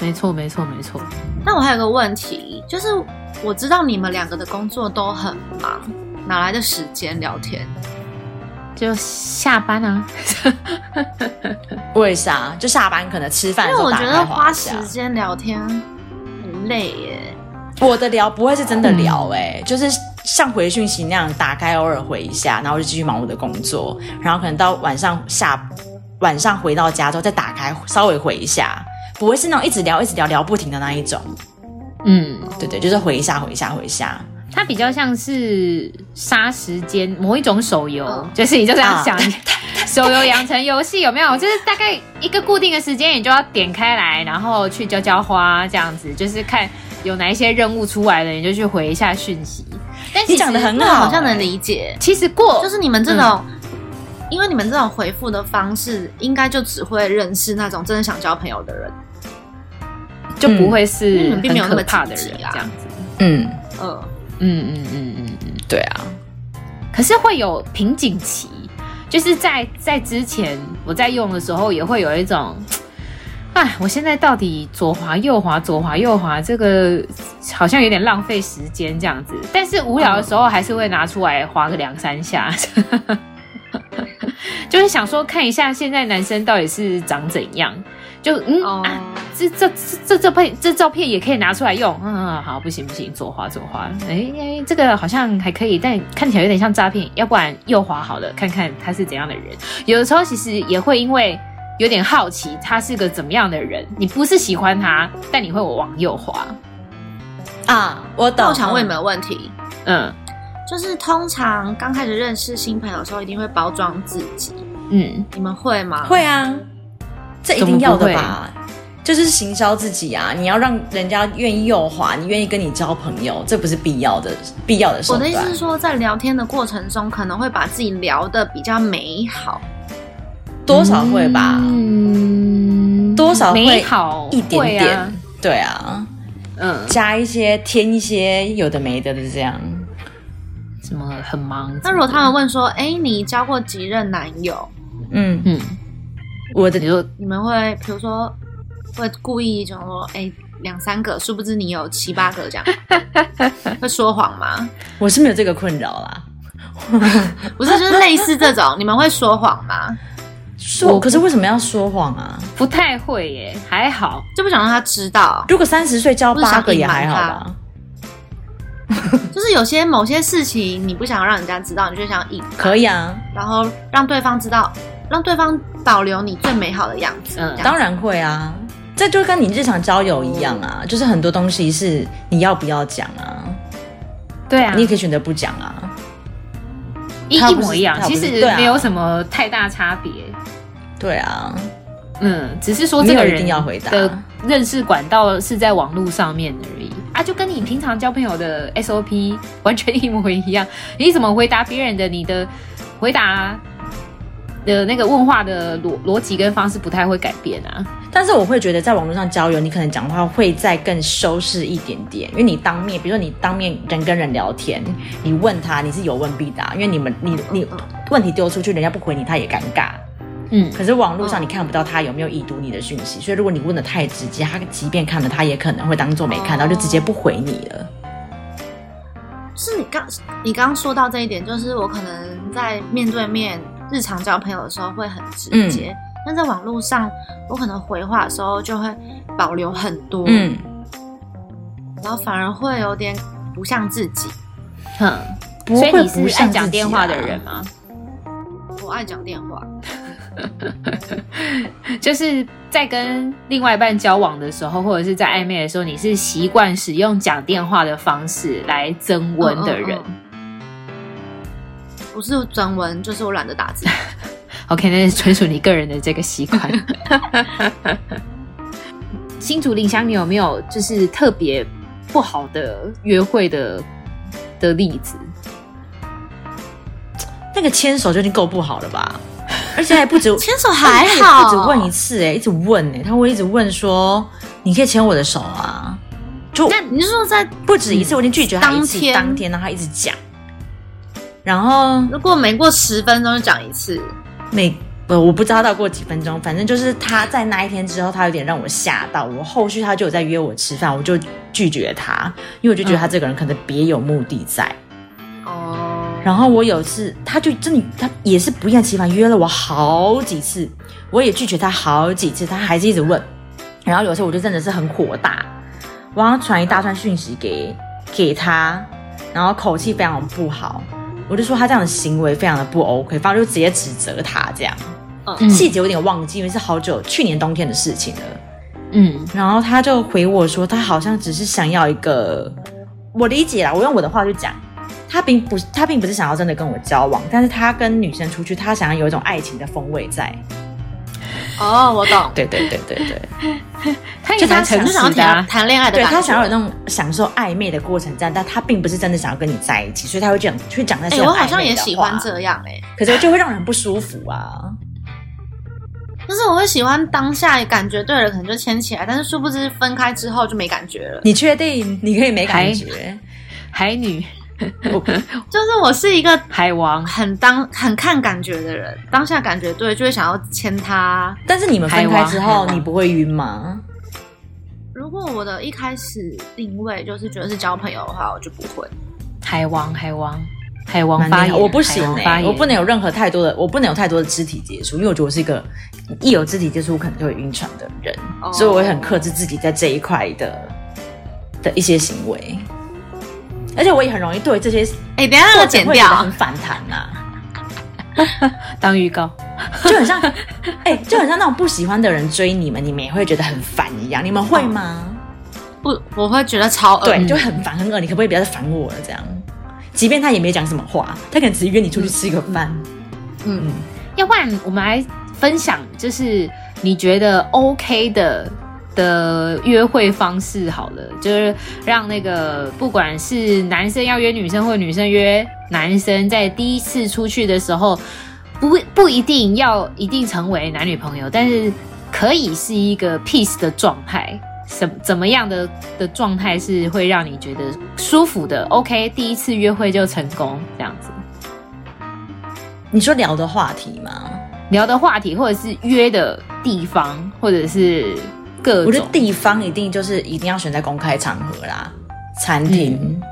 Speaker 1: 没错没错没错，
Speaker 2: 那嗯我还有个问题，就是我知道你们两个的工作都很忙，哪来的时间聊天？
Speaker 1: 就下班啊，
Speaker 3: 为啥？就下班可能吃饭
Speaker 2: 因
Speaker 3: 的
Speaker 2: 为
Speaker 3: 时候
Speaker 2: 我
Speaker 3: 打
Speaker 2: 觉
Speaker 3: 开
Speaker 2: 得
Speaker 3: 滑
Speaker 2: 花
Speaker 3: 一
Speaker 2: 时
Speaker 3: 下
Speaker 2: 间聊天很累耶。
Speaker 3: 我的聊不会是真的聊、欸，哎、就是像回讯息那样打开，偶尔回一下，然后就继续忙我的工作，然后可能到晚上下晚上回到家之后再打开，稍微回一下，不会是那种一直聊一直聊聊不停的那一种，
Speaker 1: 嗯，
Speaker 3: 对对，就是回一下回一下回一下，
Speaker 1: 它比较像是杀时间某一种手游，
Speaker 2: 嗯
Speaker 1: 就是你就这样想。
Speaker 3: 啊
Speaker 1: 手游养成游戏有没有？就是大概一个固定的时间，你就要点开来，然后去浇浇花这样子，就是看有哪一些任务出来了，你就去回一下讯息。但
Speaker 3: 你讲的很
Speaker 2: 那
Speaker 3: 好、
Speaker 2: 我好像
Speaker 3: 欸
Speaker 2: 能理解，
Speaker 1: 其实过
Speaker 2: 就是你们这种，因为你们这种回复的方式，应该就只会认识那种真的想交朋友的人。
Speaker 1: 就不会是
Speaker 2: 嗯并
Speaker 1: 很
Speaker 2: 没有那
Speaker 1: 可
Speaker 2: 么
Speaker 1: 怕的人
Speaker 2: 积
Speaker 1: 这
Speaker 2: 极啊
Speaker 1: 样子。
Speaker 3: 嗯，
Speaker 2: 嗯，
Speaker 1: 嗯嗯嗯嗯嗯。
Speaker 3: 对啊，
Speaker 1: 可是会有瓶颈期，就是在在之前我在用的时候，也会有一种，哎，我现在到底左滑右滑左滑右滑，这个好像有点浪费时间这样子。但是无聊的时候，还是会拿出来滑个两三下。 就是想说看一下现在男生到底是长怎样，就嗯、
Speaker 2: 哦
Speaker 1: 啊，这这这这照片这照片也可以拿出来用，嗯，好，不行不行，左滑左滑，哎、哎，这个好像还可以，但看起来有点像诈骗，要不然右滑好了，看看他是怎样的人。有的时候其实也会因为有点好奇他是个怎么样的人，你不是喜欢他，但你会往右滑，
Speaker 3: 啊，我懂，
Speaker 2: 那我想问你们个问题，
Speaker 1: 嗯
Speaker 2: 就是通常刚开始认识新朋友的时候，一定会包装自己，
Speaker 1: 嗯，
Speaker 2: 你们会吗？
Speaker 3: 会啊，这一
Speaker 1: 怎么
Speaker 3: 定要
Speaker 1: 不
Speaker 3: 的
Speaker 1: 会
Speaker 3: 吧？就是行销自己啊，你要让人家愿意右滑，你愿意跟你交朋友，这不是必要的必要的手
Speaker 2: 我
Speaker 3: 段。
Speaker 2: 的意思是说，在聊天的过程中，可能会把自己聊得比较美好，
Speaker 3: 多少会吧，
Speaker 1: 嗯，
Speaker 3: 多少会
Speaker 1: 美好
Speaker 3: 一点
Speaker 1: 会
Speaker 3: 点，
Speaker 1: 啊
Speaker 3: 对啊，
Speaker 1: 嗯，
Speaker 3: 加一些添一些有的没的的这样。
Speaker 1: 什么很忙。
Speaker 2: 那如果他们问说：“哎、你交过几任男友
Speaker 3: 嗯，
Speaker 1: 嗯，
Speaker 3: 我的
Speaker 1: 你说？”
Speaker 2: 你们会比如说会故意就说：“哎、两三个，殊不知你有七八个这样。”会说谎吗？
Speaker 3: 我是没有这个困扰啦。
Speaker 2: 不是，就是类似这种，你们会说谎吗？
Speaker 3: 说
Speaker 1: 我
Speaker 3: 可是为什么要说谎啊？
Speaker 1: 不太会耶，还好。
Speaker 2: 就不想让他知道，
Speaker 3: 如果三十岁交
Speaker 2: 不是想
Speaker 3: 八个也
Speaker 2: 隐瞒
Speaker 3: 还好
Speaker 2: 他
Speaker 3: 吧。
Speaker 2: 就是有些某些事情你不想让人家知道，你就想隐，
Speaker 3: 可以啊，
Speaker 2: 然后让对方知道，让对方保留你最美好的样子。
Speaker 1: 嗯
Speaker 2: 这样
Speaker 3: 当然会啊，这就跟你日常交友一样啊，就是很多东西是你要不要讲啊，
Speaker 1: 对啊，
Speaker 3: 你也可以选择不讲啊。
Speaker 1: 一
Speaker 3: 他
Speaker 1: 一
Speaker 3: 不是
Speaker 1: 模一样，
Speaker 3: 他不
Speaker 1: 其
Speaker 3: 是
Speaker 1: 实
Speaker 3: 对啊
Speaker 1: 没有什么太大差别。
Speaker 3: 对啊，
Speaker 1: 嗯，只是说
Speaker 3: 没
Speaker 1: 这
Speaker 3: 有
Speaker 1: 个
Speaker 3: 一
Speaker 1: 人
Speaker 3: 定要回答
Speaker 1: 的认识管道是在网络上面而已啊，就跟你平常交朋友的 SOP 完全一模一样。你怎么回答别人的，你的回答的那个问话的逻逻辑跟方式不太会改变啊。
Speaker 3: 但是我会觉得在网络上交友，你可能讲话会再更修饰一点点，因为你当面，比如说你当面人跟人聊天，你问他，你是有问必答，因为你们你你问题丢出去，人家不回你，他也尴尬。
Speaker 1: 嗯，
Speaker 3: 可是网络上
Speaker 2: 嗯
Speaker 3: 你看不到他有没有已读你的讯息，所以如果你问的太直接，他即便看了，他也可能会当做没看到，
Speaker 2: 哦
Speaker 3: 就直接不回你了。
Speaker 2: 是你刚你刚刚说到这一点，就是我可能在面对面日常交朋友的时候会很直
Speaker 3: 嗯
Speaker 2: 接，但在网络上，我可能回话的时候就会保留很多，
Speaker 3: 嗯，
Speaker 2: 然后反而会有点不像自己。
Speaker 1: 哼，
Speaker 3: 嗯不
Speaker 1: 所以
Speaker 3: 会
Speaker 1: 你是爱
Speaker 3: 像
Speaker 1: 讲
Speaker 3: 自己
Speaker 1: 电话的
Speaker 3: 啊
Speaker 1: 人吗？
Speaker 2: 我爱讲电话，
Speaker 1: 就是在跟另外一半交往的时候，或者是在暧昧的时候，你是习惯使用讲电话的方式来增温的人。
Speaker 2: 嗯嗯嗯不是整文，就是我懒得打 字。
Speaker 1: OK，那是纯属你个人的这个习惯。 新竹林香，你有没有就是特别不好的约会的的例子？
Speaker 3: 那个牵手就已经够不好了 吧？而且还不止
Speaker 2: 牵手还
Speaker 3: 哎一
Speaker 2: 好，
Speaker 3: 直问一次、哎，一直问、哎，他会一直问说，你可以牵我的手啊，就
Speaker 2: 那你是说在
Speaker 3: 不止一次，我已经拒绝他一次，
Speaker 2: 当天
Speaker 3: 当天，然后他一直讲，然后
Speaker 2: 如果没过十分钟就讲一次，
Speaker 3: 每呃我不知道到过几分钟，反正就是他在那一天之后，他有点让我吓到。我后续他就有在约我吃饭，我就拒绝他，因为我就
Speaker 2: 嗯
Speaker 3: 觉得他这个人可能别有目的在。
Speaker 2: 哦，
Speaker 3: 然后我有一次，他就真的他也是不厌其烦约了我好几次，我也拒绝他好几次，他还是一直问。然后有时候我就真的是很火大，我要传一大串讯息给给他，然后口气非常不好，我就说他这样的行为非常的不 OK，反正就直接指责他这样。
Speaker 1: 嗯
Speaker 3: 细节有点忘记，因为是好久去年冬天的事情了。
Speaker 1: 嗯
Speaker 3: 然后他就回我说，他好像只是想要一个，我理解啦，我用我的话去讲，他并不，他并不是想要真的跟我交往，但是他跟女生出去，他想要有一种爱情的风味在。
Speaker 2: 哦，我懂，
Speaker 3: 对对对对对，
Speaker 1: 他也
Speaker 3: 就他
Speaker 1: 蛮
Speaker 3: 想
Speaker 1: 诚
Speaker 2: 就想要
Speaker 1: 实的、
Speaker 2: 谈
Speaker 1: 啊。
Speaker 2: 谈恋爱的
Speaker 3: 对
Speaker 2: 感觉，
Speaker 3: 他想要有那种享受暧昧的过程这样，但他并不是真的想要跟你在一起，所以他会讲去讲那
Speaker 2: 哎、
Speaker 3: 些、
Speaker 2: 我好像也喜欢，这样哎、
Speaker 3: 可是就会让人不舒服啊。
Speaker 2: 但是我会喜欢当下感觉对了，可能就牵起来，但是殊不知分开之后就没感觉了。
Speaker 3: 你确定 你可以没感
Speaker 2: 哎
Speaker 3: 觉？
Speaker 1: 海女、
Speaker 2: 就是我是一个
Speaker 1: 海王，
Speaker 2: 很当很看感觉的人，当下感觉对就会想要牵他。
Speaker 3: 但是你们分
Speaker 1: 海
Speaker 3: 开
Speaker 1: 王
Speaker 3: 之
Speaker 2: 哎
Speaker 1: 海
Speaker 3: 后，
Speaker 1: 王
Speaker 3: 你不会晕吗？
Speaker 2: 如果我的一开始定位就是觉得是交朋友的话，我就不会。
Speaker 1: 海王，海王，海王
Speaker 3: 蛮
Speaker 1: 发
Speaker 3: 厉害
Speaker 1: 言，
Speaker 3: 我不行
Speaker 1: 海王
Speaker 3: 欸
Speaker 1: 发言
Speaker 3: 我不能有任何太多的，我不能有太多的肢体接触，因为我觉得我是一个一有肢体接触我可能就会晕船的人，
Speaker 2: 哦
Speaker 3: 所以我会很克制自己在这一块的的一些行为，而且我也很容易对这些
Speaker 2: 哎、等一下那个
Speaker 3: 作
Speaker 2: 剪
Speaker 3: 品会
Speaker 2: 掉
Speaker 3: 觉得，很反弹呐、
Speaker 1: 当预告。
Speaker 3: 就 很像，哎、就很像那种不喜欢的人追你们，你们也会觉得很烦一样，你们会吗？
Speaker 2: 不，我会觉得超恶。
Speaker 3: 对，
Speaker 1: 嗯
Speaker 3: 就很烦很恶，你可不可以不要再烦我了？这样，即便他也没讲什么话，他可能只是约你出去吃个饭，
Speaker 2: 嗯，
Speaker 1: 要不然我们来分享，就是你觉得 OK 的的约会方式好了，就是让那个不管是男生要约女生，或者女生约男生，在第一次出去的时候，不不一定要一定成为男女朋友，但是可以是一个 peace 的状态。什怎么样的的状态是会让你觉得舒服的？OK，第一次约会就成功这样子。
Speaker 3: 你说聊的话题吗？
Speaker 1: 聊的话题，或者是约的地方，或者是各种，
Speaker 3: 我觉得地方一定就是一定要选在公开场合啦，餐厅。
Speaker 1: 嗯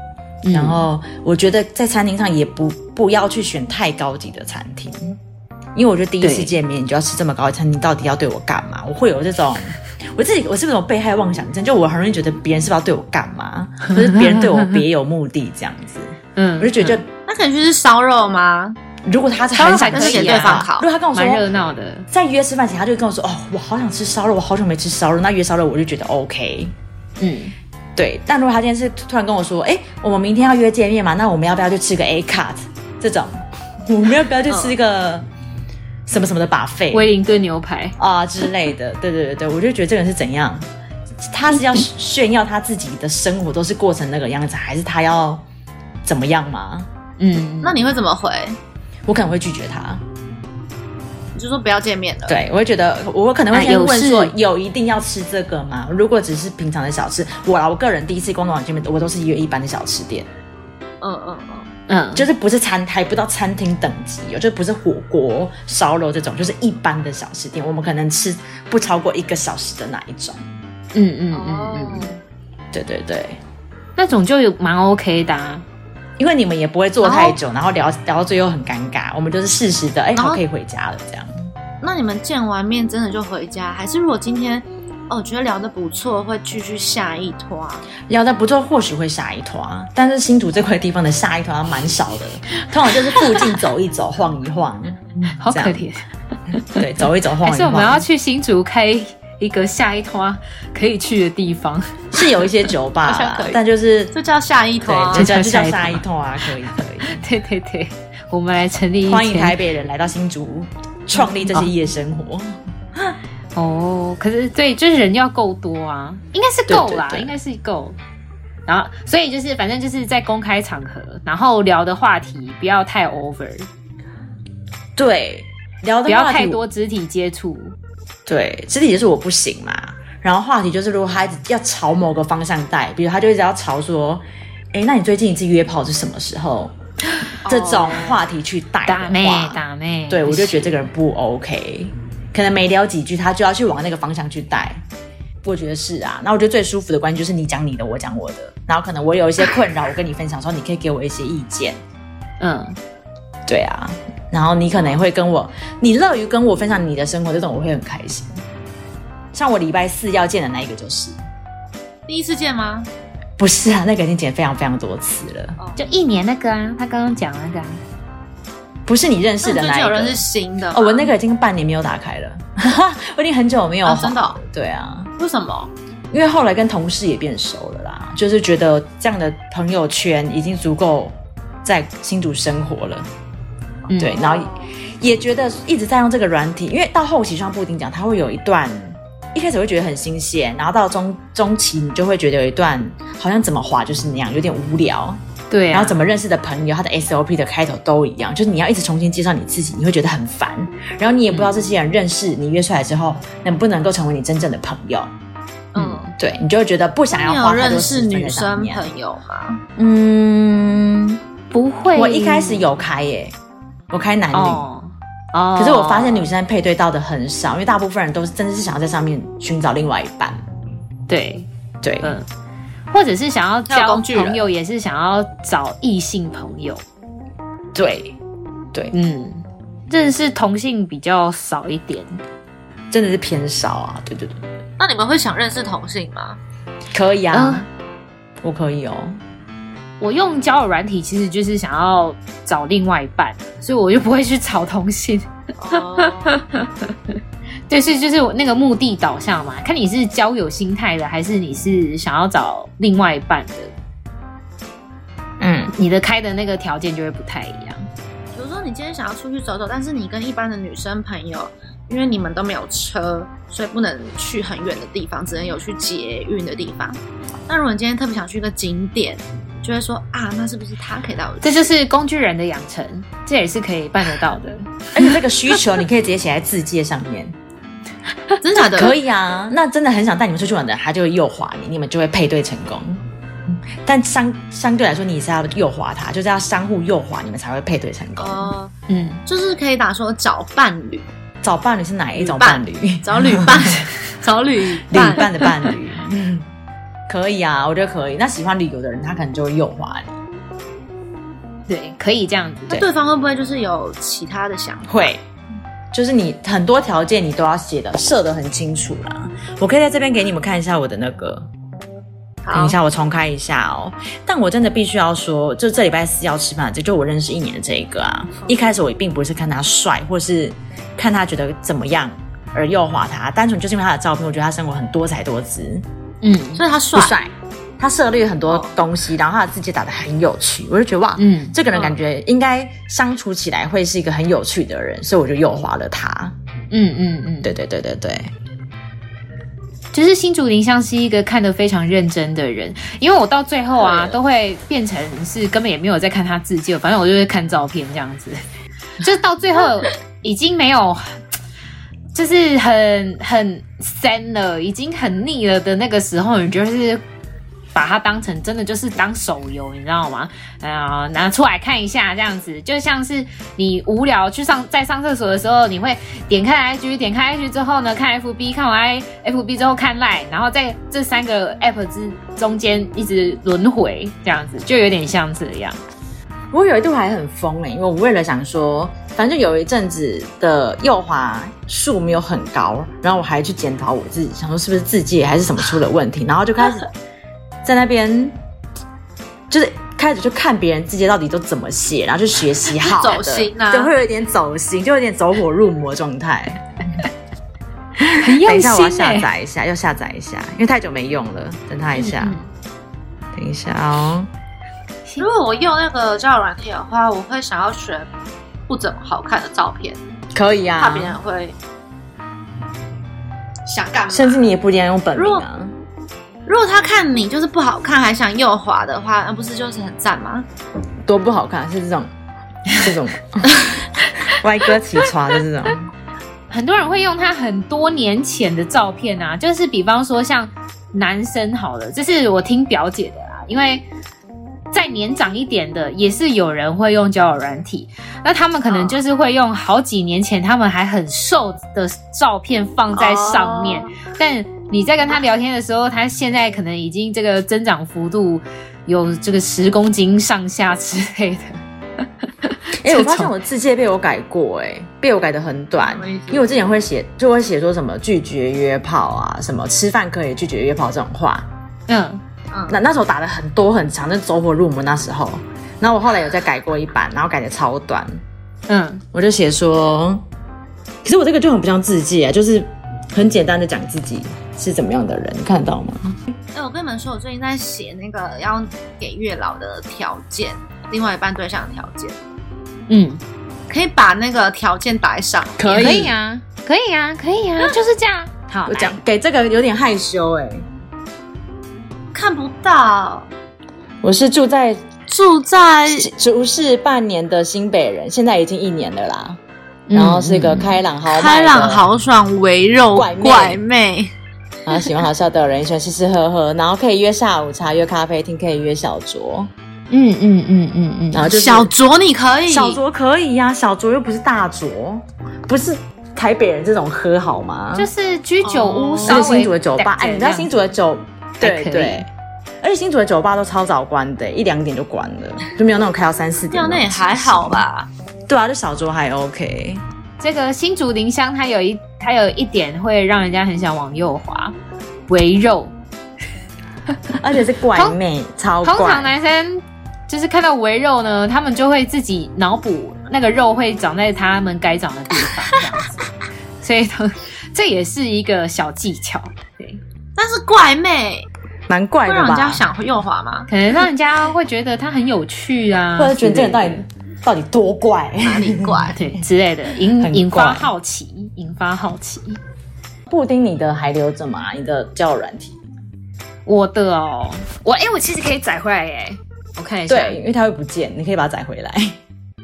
Speaker 3: 然后我觉得在餐厅上也不不要去选太高级的餐厅，因为我觉得第一次
Speaker 1: 对
Speaker 3: 见面你就要吃这么高的餐厅，到底要对我干嘛？我会有这种。 我自己我是不是有被害妄想症？就我很容易觉得别人是不是要对我干 嘛，或者别人对我别有目的这样子，
Speaker 1: 嗯
Speaker 3: 我就觉得
Speaker 1: 嗯
Speaker 2: 那可能就是烧肉吗？
Speaker 3: 如果他是
Speaker 1: 当
Speaker 3: 很
Speaker 1: 然
Speaker 3: 想
Speaker 1: 还是
Speaker 3: 吃
Speaker 1: 给
Speaker 3: 的
Speaker 1: 对
Speaker 3: 话
Speaker 2: 方烤
Speaker 3: 如果他跟我说哦
Speaker 1: 蛮热闹的。
Speaker 3: 在约吃饭前，他就跟我说：“哦，我好想吃烧肉，我好久没吃烧肉。”那约烧肉我就觉得 OK。
Speaker 1: 嗯，
Speaker 3: 对，但如果他今天是突然跟我说，哎、我们明天要约见 面嘛，那我们要不要去吃个 A cut 这种？我们要不要去吃个什么什么的把费
Speaker 1: 威灵顿牛排，
Speaker 3: 啊之类的，对对对对，我就觉得这个人是怎样，他是要炫耀他自己的生活都是过成那个样子，还是他要怎么样吗？
Speaker 1: 嗯，
Speaker 2: 那你会怎么回？
Speaker 3: 我可能会拒绝他，
Speaker 2: 你就说不要见面了。，
Speaker 3: 对我会觉得我可能会
Speaker 1: 啊
Speaker 3: 先
Speaker 1: 有
Speaker 3: 问
Speaker 1: 事
Speaker 3: 说，有一定要吃这个吗？如果只是平常的小吃，我啊啦，我个人第一次逛到这边，我都是约一般的小吃店，
Speaker 2: 嗯嗯嗯，
Speaker 1: 嗯，
Speaker 3: 就是不是餐还不到餐厅等级哦，就不是火锅、烧肉这种，就是一般的小吃店，我们可能吃不超过一个小时的那一种。
Speaker 1: 嗯嗯嗯嗯
Speaker 2: 哦，
Speaker 1: 嗯，
Speaker 3: 对对对，
Speaker 1: 那种就有蛮 OK 的、啊，
Speaker 3: 因为你们也不会坐太久，然后聊聊到最后很尴尬，我们就是适时的，哎、
Speaker 2: 然后
Speaker 3: 好可以回家了这样。
Speaker 2: 那你们见完面真的就回家，还是如果今天哦觉得聊得不错，会继续下一拖啊？
Speaker 3: 聊得不错，或许会下一团，但是新竹这块地方的下一团蛮少的，通常就是附近走一走，晃一晃，
Speaker 1: 好可
Speaker 3: 这样，
Speaker 1: 怜。
Speaker 3: 对，走一走，晃
Speaker 1: 还
Speaker 3: 一晃。
Speaker 1: 是我们要去新竹开一个下一团可以去的地方？
Speaker 3: 是有一些酒吧
Speaker 2: 好像
Speaker 3: 啦
Speaker 2: 可以，
Speaker 3: 但就是
Speaker 2: 这叫下一拖啊
Speaker 3: 对，就叫
Speaker 1: 这
Speaker 3: 就
Speaker 1: 叫
Speaker 3: 叫
Speaker 1: 下
Speaker 3: 下
Speaker 1: 一
Speaker 3: 一团啊，可以可以。
Speaker 1: 对对对，我们来成立一
Speaker 3: 欢迎
Speaker 1: 间
Speaker 3: 台北人来到新竹，创立这些夜生活。
Speaker 1: 哦，可是对，就是人要够多啊，应该是够啦，
Speaker 3: 对对对
Speaker 1: 应该是够。然后，所以就是反正就是在公开场合，然后聊的话题不要太 over，
Speaker 3: 对，聊的
Speaker 1: 不要
Speaker 3: 话题
Speaker 1: 太多。肢体接触。
Speaker 3: 对，肢体就是我不行嘛。然后话题就是，如果他一直要朝某个方向带，比如他就一直要朝说，哎，那你最近一次约炮是什么时候？这种话题去带
Speaker 1: 打
Speaker 3: 的
Speaker 1: 妹
Speaker 3: 话，
Speaker 1: 打妹，
Speaker 3: 对我就觉
Speaker 1: 得
Speaker 3: 得这个人不 OK，可能没聊几句，他就要去往那个方向去带。我觉得是啊，那我觉得最舒服的关系就是你讲你的，我讲我的，然后可能我有一些困扰，我跟你分享说，你可以给我一些意见，
Speaker 1: 嗯，
Speaker 3: 对啊，然后你可能会跟我，你乐于跟我分享你的生活，这种我会很开心。像我礼拜四要见的那一个就是，
Speaker 2: 第一次见吗？
Speaker 3: 不是啊，那个已经见非常非常多次了，
Speaker 2: 哦，
Speaker 1: 就一年那个啊，他刚刚讲那个啊，
Speaker 3: 不是你认识
Speaker 2: 那
Speaker 3: 的
Speaker 2: 你最
Speaker 3: 那
Speaker 2: 近
Speaker 3: 一
Speaker 2: 有
Speaker 3: 个
Speaker 2: 认识。新的吗
Speaker 3: 哦，我那个已经半年没有打开了，我已经很久没有、
Speaker 2: 啊真的哦
Speaker 3: 对啊，
Speaker 2: 为什么？
Speaker 3: 因为后来跟同事也变熟了啦，就是觉得这样的朋友圈已经足够在新竹生活了，
Speaker 1: 嗯
Speaker 3: 对，然后也觉得一直在用这个软体，因为到后期像布丁讲，它会有一段。一开始会觉得很新鲜，然后到中中期你就会觉得有一段好像怎么滑就是那样，有点无聊。
Speaker 1: 对啊，
Speaker 3: 然后怎么认识的朋友，他的 SOP 的开头都一样，就是你要一直重新介绍你自己，你会觉得很烦。然后你也不知道这些人认识你约出来之后，能不能够成为你真正的朋友。
Speaker 2: 嗯，
Speaker 3: 对你就会觉得不想要
Speaker 2: 你有
Speaker 3: 花太多
Speaker 2: 认
Speaker 3: 时
Speaker 2: 识
Speaker 3: 间在
Speaker 2: 女
Speaker 3: 上
Speaker 2: 生
Speaker 3: 面。
Speaker 2: 朋友吗？
Speaker 3: 嗯，
Speaker 1: 不会？
Speaker 3: 我一开始有开耶、我开男女，
Speaker 1: 哦哦，
Speaker 3: 可是我发现女生配对到的很少，因为大部分人都是真的是想要在上面寻找另外一半。
Speaker 1: 对，
Speaker 3: 对，
Speaker 1: 嗯，或者是想要
Speaker 2: 还
Speaker 1: 交
Speaker 2: 有工具人
Speaker 1: 朋友，也是想要找异性朋友。
Speaker 3: 对，对，
Speaker 1: 嗯，真的是同性比较少一点。
Speaker 3: 真的是偏少啊。对对对，
Speaker 2: 那你们会想认识同性吗？
Speaker 3: 可以啊，
Speaker 1: 嗯
Speaker 3: 我可以哦。
Speaker 1: 我用交友软体其实就是想要找另外一半，所以我就不会去找同性。
Speaker 2: 哦，
Speaker 1: 对，所以就是我那个目的导向嘛，看你是交友心态的，还是你是想要找另外一半的，
Speaker 3: 嗯，
Speaker 1: 你的开的那个条件就会不太一样。
Speaker 2: 比如说你今天想要出去走走，但是你跟一般的女生朋友，因为你们都没有车，所以不能去很远的地方，只能有去捷运的地方。那如果你今天特别想去一个景点，就会说啊，那是不是他可以带我去？
Speaker 1: 这就是工具人的养成，这也是可以办得到的。
Speaker 3: 而且这个需求你可以直接写在字界上面。
Speaker 2: 真的假的？
Speaker 3: 可以啊，那真的很想带你们出去玩的人，他就会右滑你，你们就会配对成功。但相相对来说，你也是要右滑他，就是要相互右滑，你们才会配对成功。
Speaker 2: 哦、
Speaker 1: 嗯，
Speaker 2: 就是可以打说找伴侣，
Speaker 3: 找伴侣是哪一种
Speaker 2: 旅伴
Speaker 3: 伴侣？
Speaker 2: 找旅伴，找旅
Speaker 3: 旅
Speaker 2: 伴。
Speaker 3: 伴的伴侣。嗯，可以啊，我觉得可以。那喜欢旅游的人，他可能就会右滑你。
Speaker 1: 对，可以这样子。
Speaker 2: 啊那对方会不会就是有其他的想法？
Speaker 3: 会，就是你很多条件你都要写的设的很清楚啦。我可以在这边给你们看一下我的那个，等一下我重开一下哦。但我真的必须要说，就这礼拜四要吃饭的，这就我认识一年的这一个啊。一开始我并不是看他帅，或是看他觉得怎么样而右滑他，单纯就是因为他的照片，我觉得他生活很多才多姿，
Speaker 1: 嗯，
Speaker 2: 所以他
Speaker 3: 不
Speaker 2: 帅，
Speaker 3: 帅。他涉猎很多东西，然后他的字节打得很有趣，我就觉得哇，
Speaker 1: 嗯
Speaker 3: 这个人感觉应该相处起来会是一个很有趣的人，所以我就右滑了他。
Speaker 1: 嗯嗯嗯，
Speaker 3: 对对对对对，
Speaker 1: 就是新竹林香是一个看得非常认真的人，因为我到最后啊，
Speaker 3: 对
Speaker 1: 都会变成是根本也没有在看他自救，反正我就是看照片这样子， 就是到最后已经没有，就是很很深了，已经很腻了的那个时候，你就是。把它当成真的就是当手游，你知道吗？啊、拿出来看一下，这样子就像是你无聊去上在上厕所的时候，你会点开 IG，点开 IG 之后呢，看 FB，看完 I FB 之后看 Line，然后在这三个 App 之中间一直轮回，这样子就有点像这样。
Speaker 3: 我有一度还很疯哎、因为我为了想说，反正有一阵子的右滑数没有很高，然后我还去检讨我自己，想说是不是自己还是什么出了问题，然后就开始在那边就是开始就看别人字节到底都怎么写，然后就学习好的
Speaker 2: 走心啊
Speaker 3: 对，会有一点走心，就有点走火入魔状态。
Speaker 1: 很
Speaker 3: 等
Speaker 1: 用
Speaker 3: 一下我要
Speaker 1: 心
Speaker 3: 下
Speaker 1: 哎、
Speaker 3: 载一下，要下载一下，因为太久没用了，等它一
Speaker 1: 嗯
Speaker 3: 下，等一下哦。
Speaker 2: 如果我用那个交友软体的话，我会想要选不怎么好看的照片，
Speaker 3: 可以啊，
Speaker 2: 怕别人会想干嘛。
Speaker 3: 甚至你也不一定要用本名
Speaker 2: 如
Speaker 3: 啊。
Speaker 2: 如果他看你就是不好看，还想右滑的话，那不是就是很赞吗？
Speaker 3: 多不好看，是这 种，这种歪哥起床的这种。
Speaker 1: 很多人会用他很多年前的照片啊，就是比方说像男生好了，这是我听表姐的啦，因为再年长一点的也是有人会用交友软体，那他们可能就是会用好几年前他们还很瘦的照片放 在上面，
Speaker 2: 哦
Speaker 1: 但你在跟他聊天的时候，他现在可能已经这个增长幅度有这个十公斤上下之类的。
Speaker 3: 哎、
Speaker 1: 这
Speaker 3: 我发现
Speaker 1: 种
Speaker 3: 我字界被我改过、哎，被我改的很短
Speaker 2: 什么意思，
Speaker 3: 因为我之前会写，就会写说什么拒绝约炮啊，什么吃饭可以拒绝约炮这种话。
Speaker 1: 嗯，
Speaker 3: 那那时候打的很多很长，就走火入魔那时候。然后我后来有再改过一版，然后改的超短，
Speaker 1: 嗯，
Speaker 3: 我就写说，可是我这个就很不像字界啊，就是很简单的讲自己是怎么样的人，你看得到吗？
Speaker 2: 哎、我跟你们说，我最近在写那个要给月老的条件，另外一半对象的条件，
Speaker 1: 嗯，
Speaker 2: 可以把那个条件打在上面。
Speaker 3: 可
Speaker 1: 可以啊，可以啊，可以啊，就是这样。好，
Speaker 3: 我
Speaker 1: 来
Speaker 3: 讲给这个有点害羞哎、
Speaker 2: 看不到，
Speaker 3: 我是住在
Speaker 2: 住在
Speaker 3: 竹市半年的新北人，现在已经一年了啦。
Speaker 1: 嗯
Speaker 3: 然后是个开朗豪迈的
Speaker 2: 开朗，豪爽、围肉
Speaker 3: 怪妹
Speaker 2: 怪妹，
Speaker 3: 然后喜欢好笑的人，喜欢吃吃喝喝，然后可以约下午茶、约咖啡厅，可以约小酌，
Speaker 1: 嗯嗯嗯嗯嗯，
Speaker 3: 然后就是
Speaker 2: 小卓你可以，
Speaker 3: 小酌可以呀、小酌又不是大酌，不是台北人这种喝好吗？
Speaker 1: 就是居酒屋
Speaker 2: 哦
Speaker 1: 稍
Speaker 3: 而且
Speaker 1: 微
Speaker 3: 新竹的酒吧，哎，你知道新竹的酒，
Speaker 1: 还
Speaker 3: 对
Speaker 1: 可以
Speaker 3: 对，而且新竹的酒吧都超早关的，一两点就关了，就没有那种开到三四点
Speaker 2: 掉
Speaker 3: 种。
Speaker 2: 那也还好吧。
Speaker 3: 对啊，就小酌还 OK。
Speaker 1: 这个新竹林香，它有一它有一点会让人家很想往右滑，围肉。
Speaker 3: 而且是怪妹，超
Speaker 1: 通常
Speaker 3: 怪。
Speaker 1: 男生就是看到围肉呢，他们就会自己脑补那个肉会长在他们该长的地方，这样子。所以呢，这也是一个小技巧，对，
Speaker 2: 但是怪妹
Speaker 3: 蛮怪
Speaker 2: 会
Speaker 3: 的
Speaker 2: 让人
Speaker 3: 吧
Speaker 2: 家？想右滑吗？
Speaker 1: 可能让人家会觉得它很有趣啊，
Speaker 3: 或者觉得这人
Speaker 1: 之
Speaker 3: 到
Speaker 1: 类
Speaker 3: 底
Speaker 1: 的？
Speaker 3: 到底多怪？
Speaker 2: 哪里怪
Speaker 1: 对之类的，引
Speaker 3: 很
Speaker 1: 引发
Speaker 3: 怪
Speaker 1: 好奇，引发好奇。
Speaker 3: 布丁，你的还留着吗？啊你的交友软体？
Speaker 1: 我的哦，我哎、我其实可以载回来哎、我看一下，
Speaker 3: 对，因为它会不见，你可以把它载回来。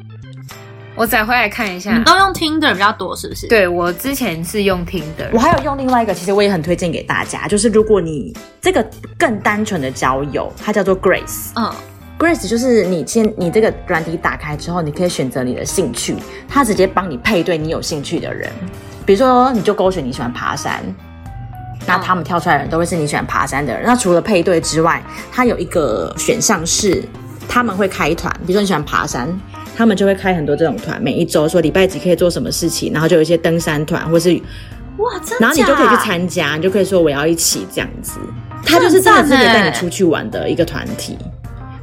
Speaker 1: 我载回来看一下。
Speaker 3: 嗯
Speaker 2: 你都用 Tinder 比较多是不是？，
Speaker 1: 对我之前是用听的
Speaker 3: 我，还有用另外一个，其实我也很推荐给大家，就是如果你这个更单纯的交友，它叫做 Grace。
Speaker 2: 嗯，
Speaker 3: Grace 就是你先你这个软体打开之后，你可以选择你的兴趣，它直接帮你配对你有兴趣的人。比如说，你就勾选你喜欢爬山，那他们跳出来的人都会是你喜欢爬山的人。那除了配对之外，它有一个选项是他们会开团，比如说你喜欢爬山，他们就会开很多这种团，每一周说礼拜几可以做什么事情，然后就有一些登山团，或是
Speaker 2: 哇，真假？
Speaker 3: 然后你就可以去参加，你就可以说我要一起这样子。它就是真的是可以带你出去玩的一个团体，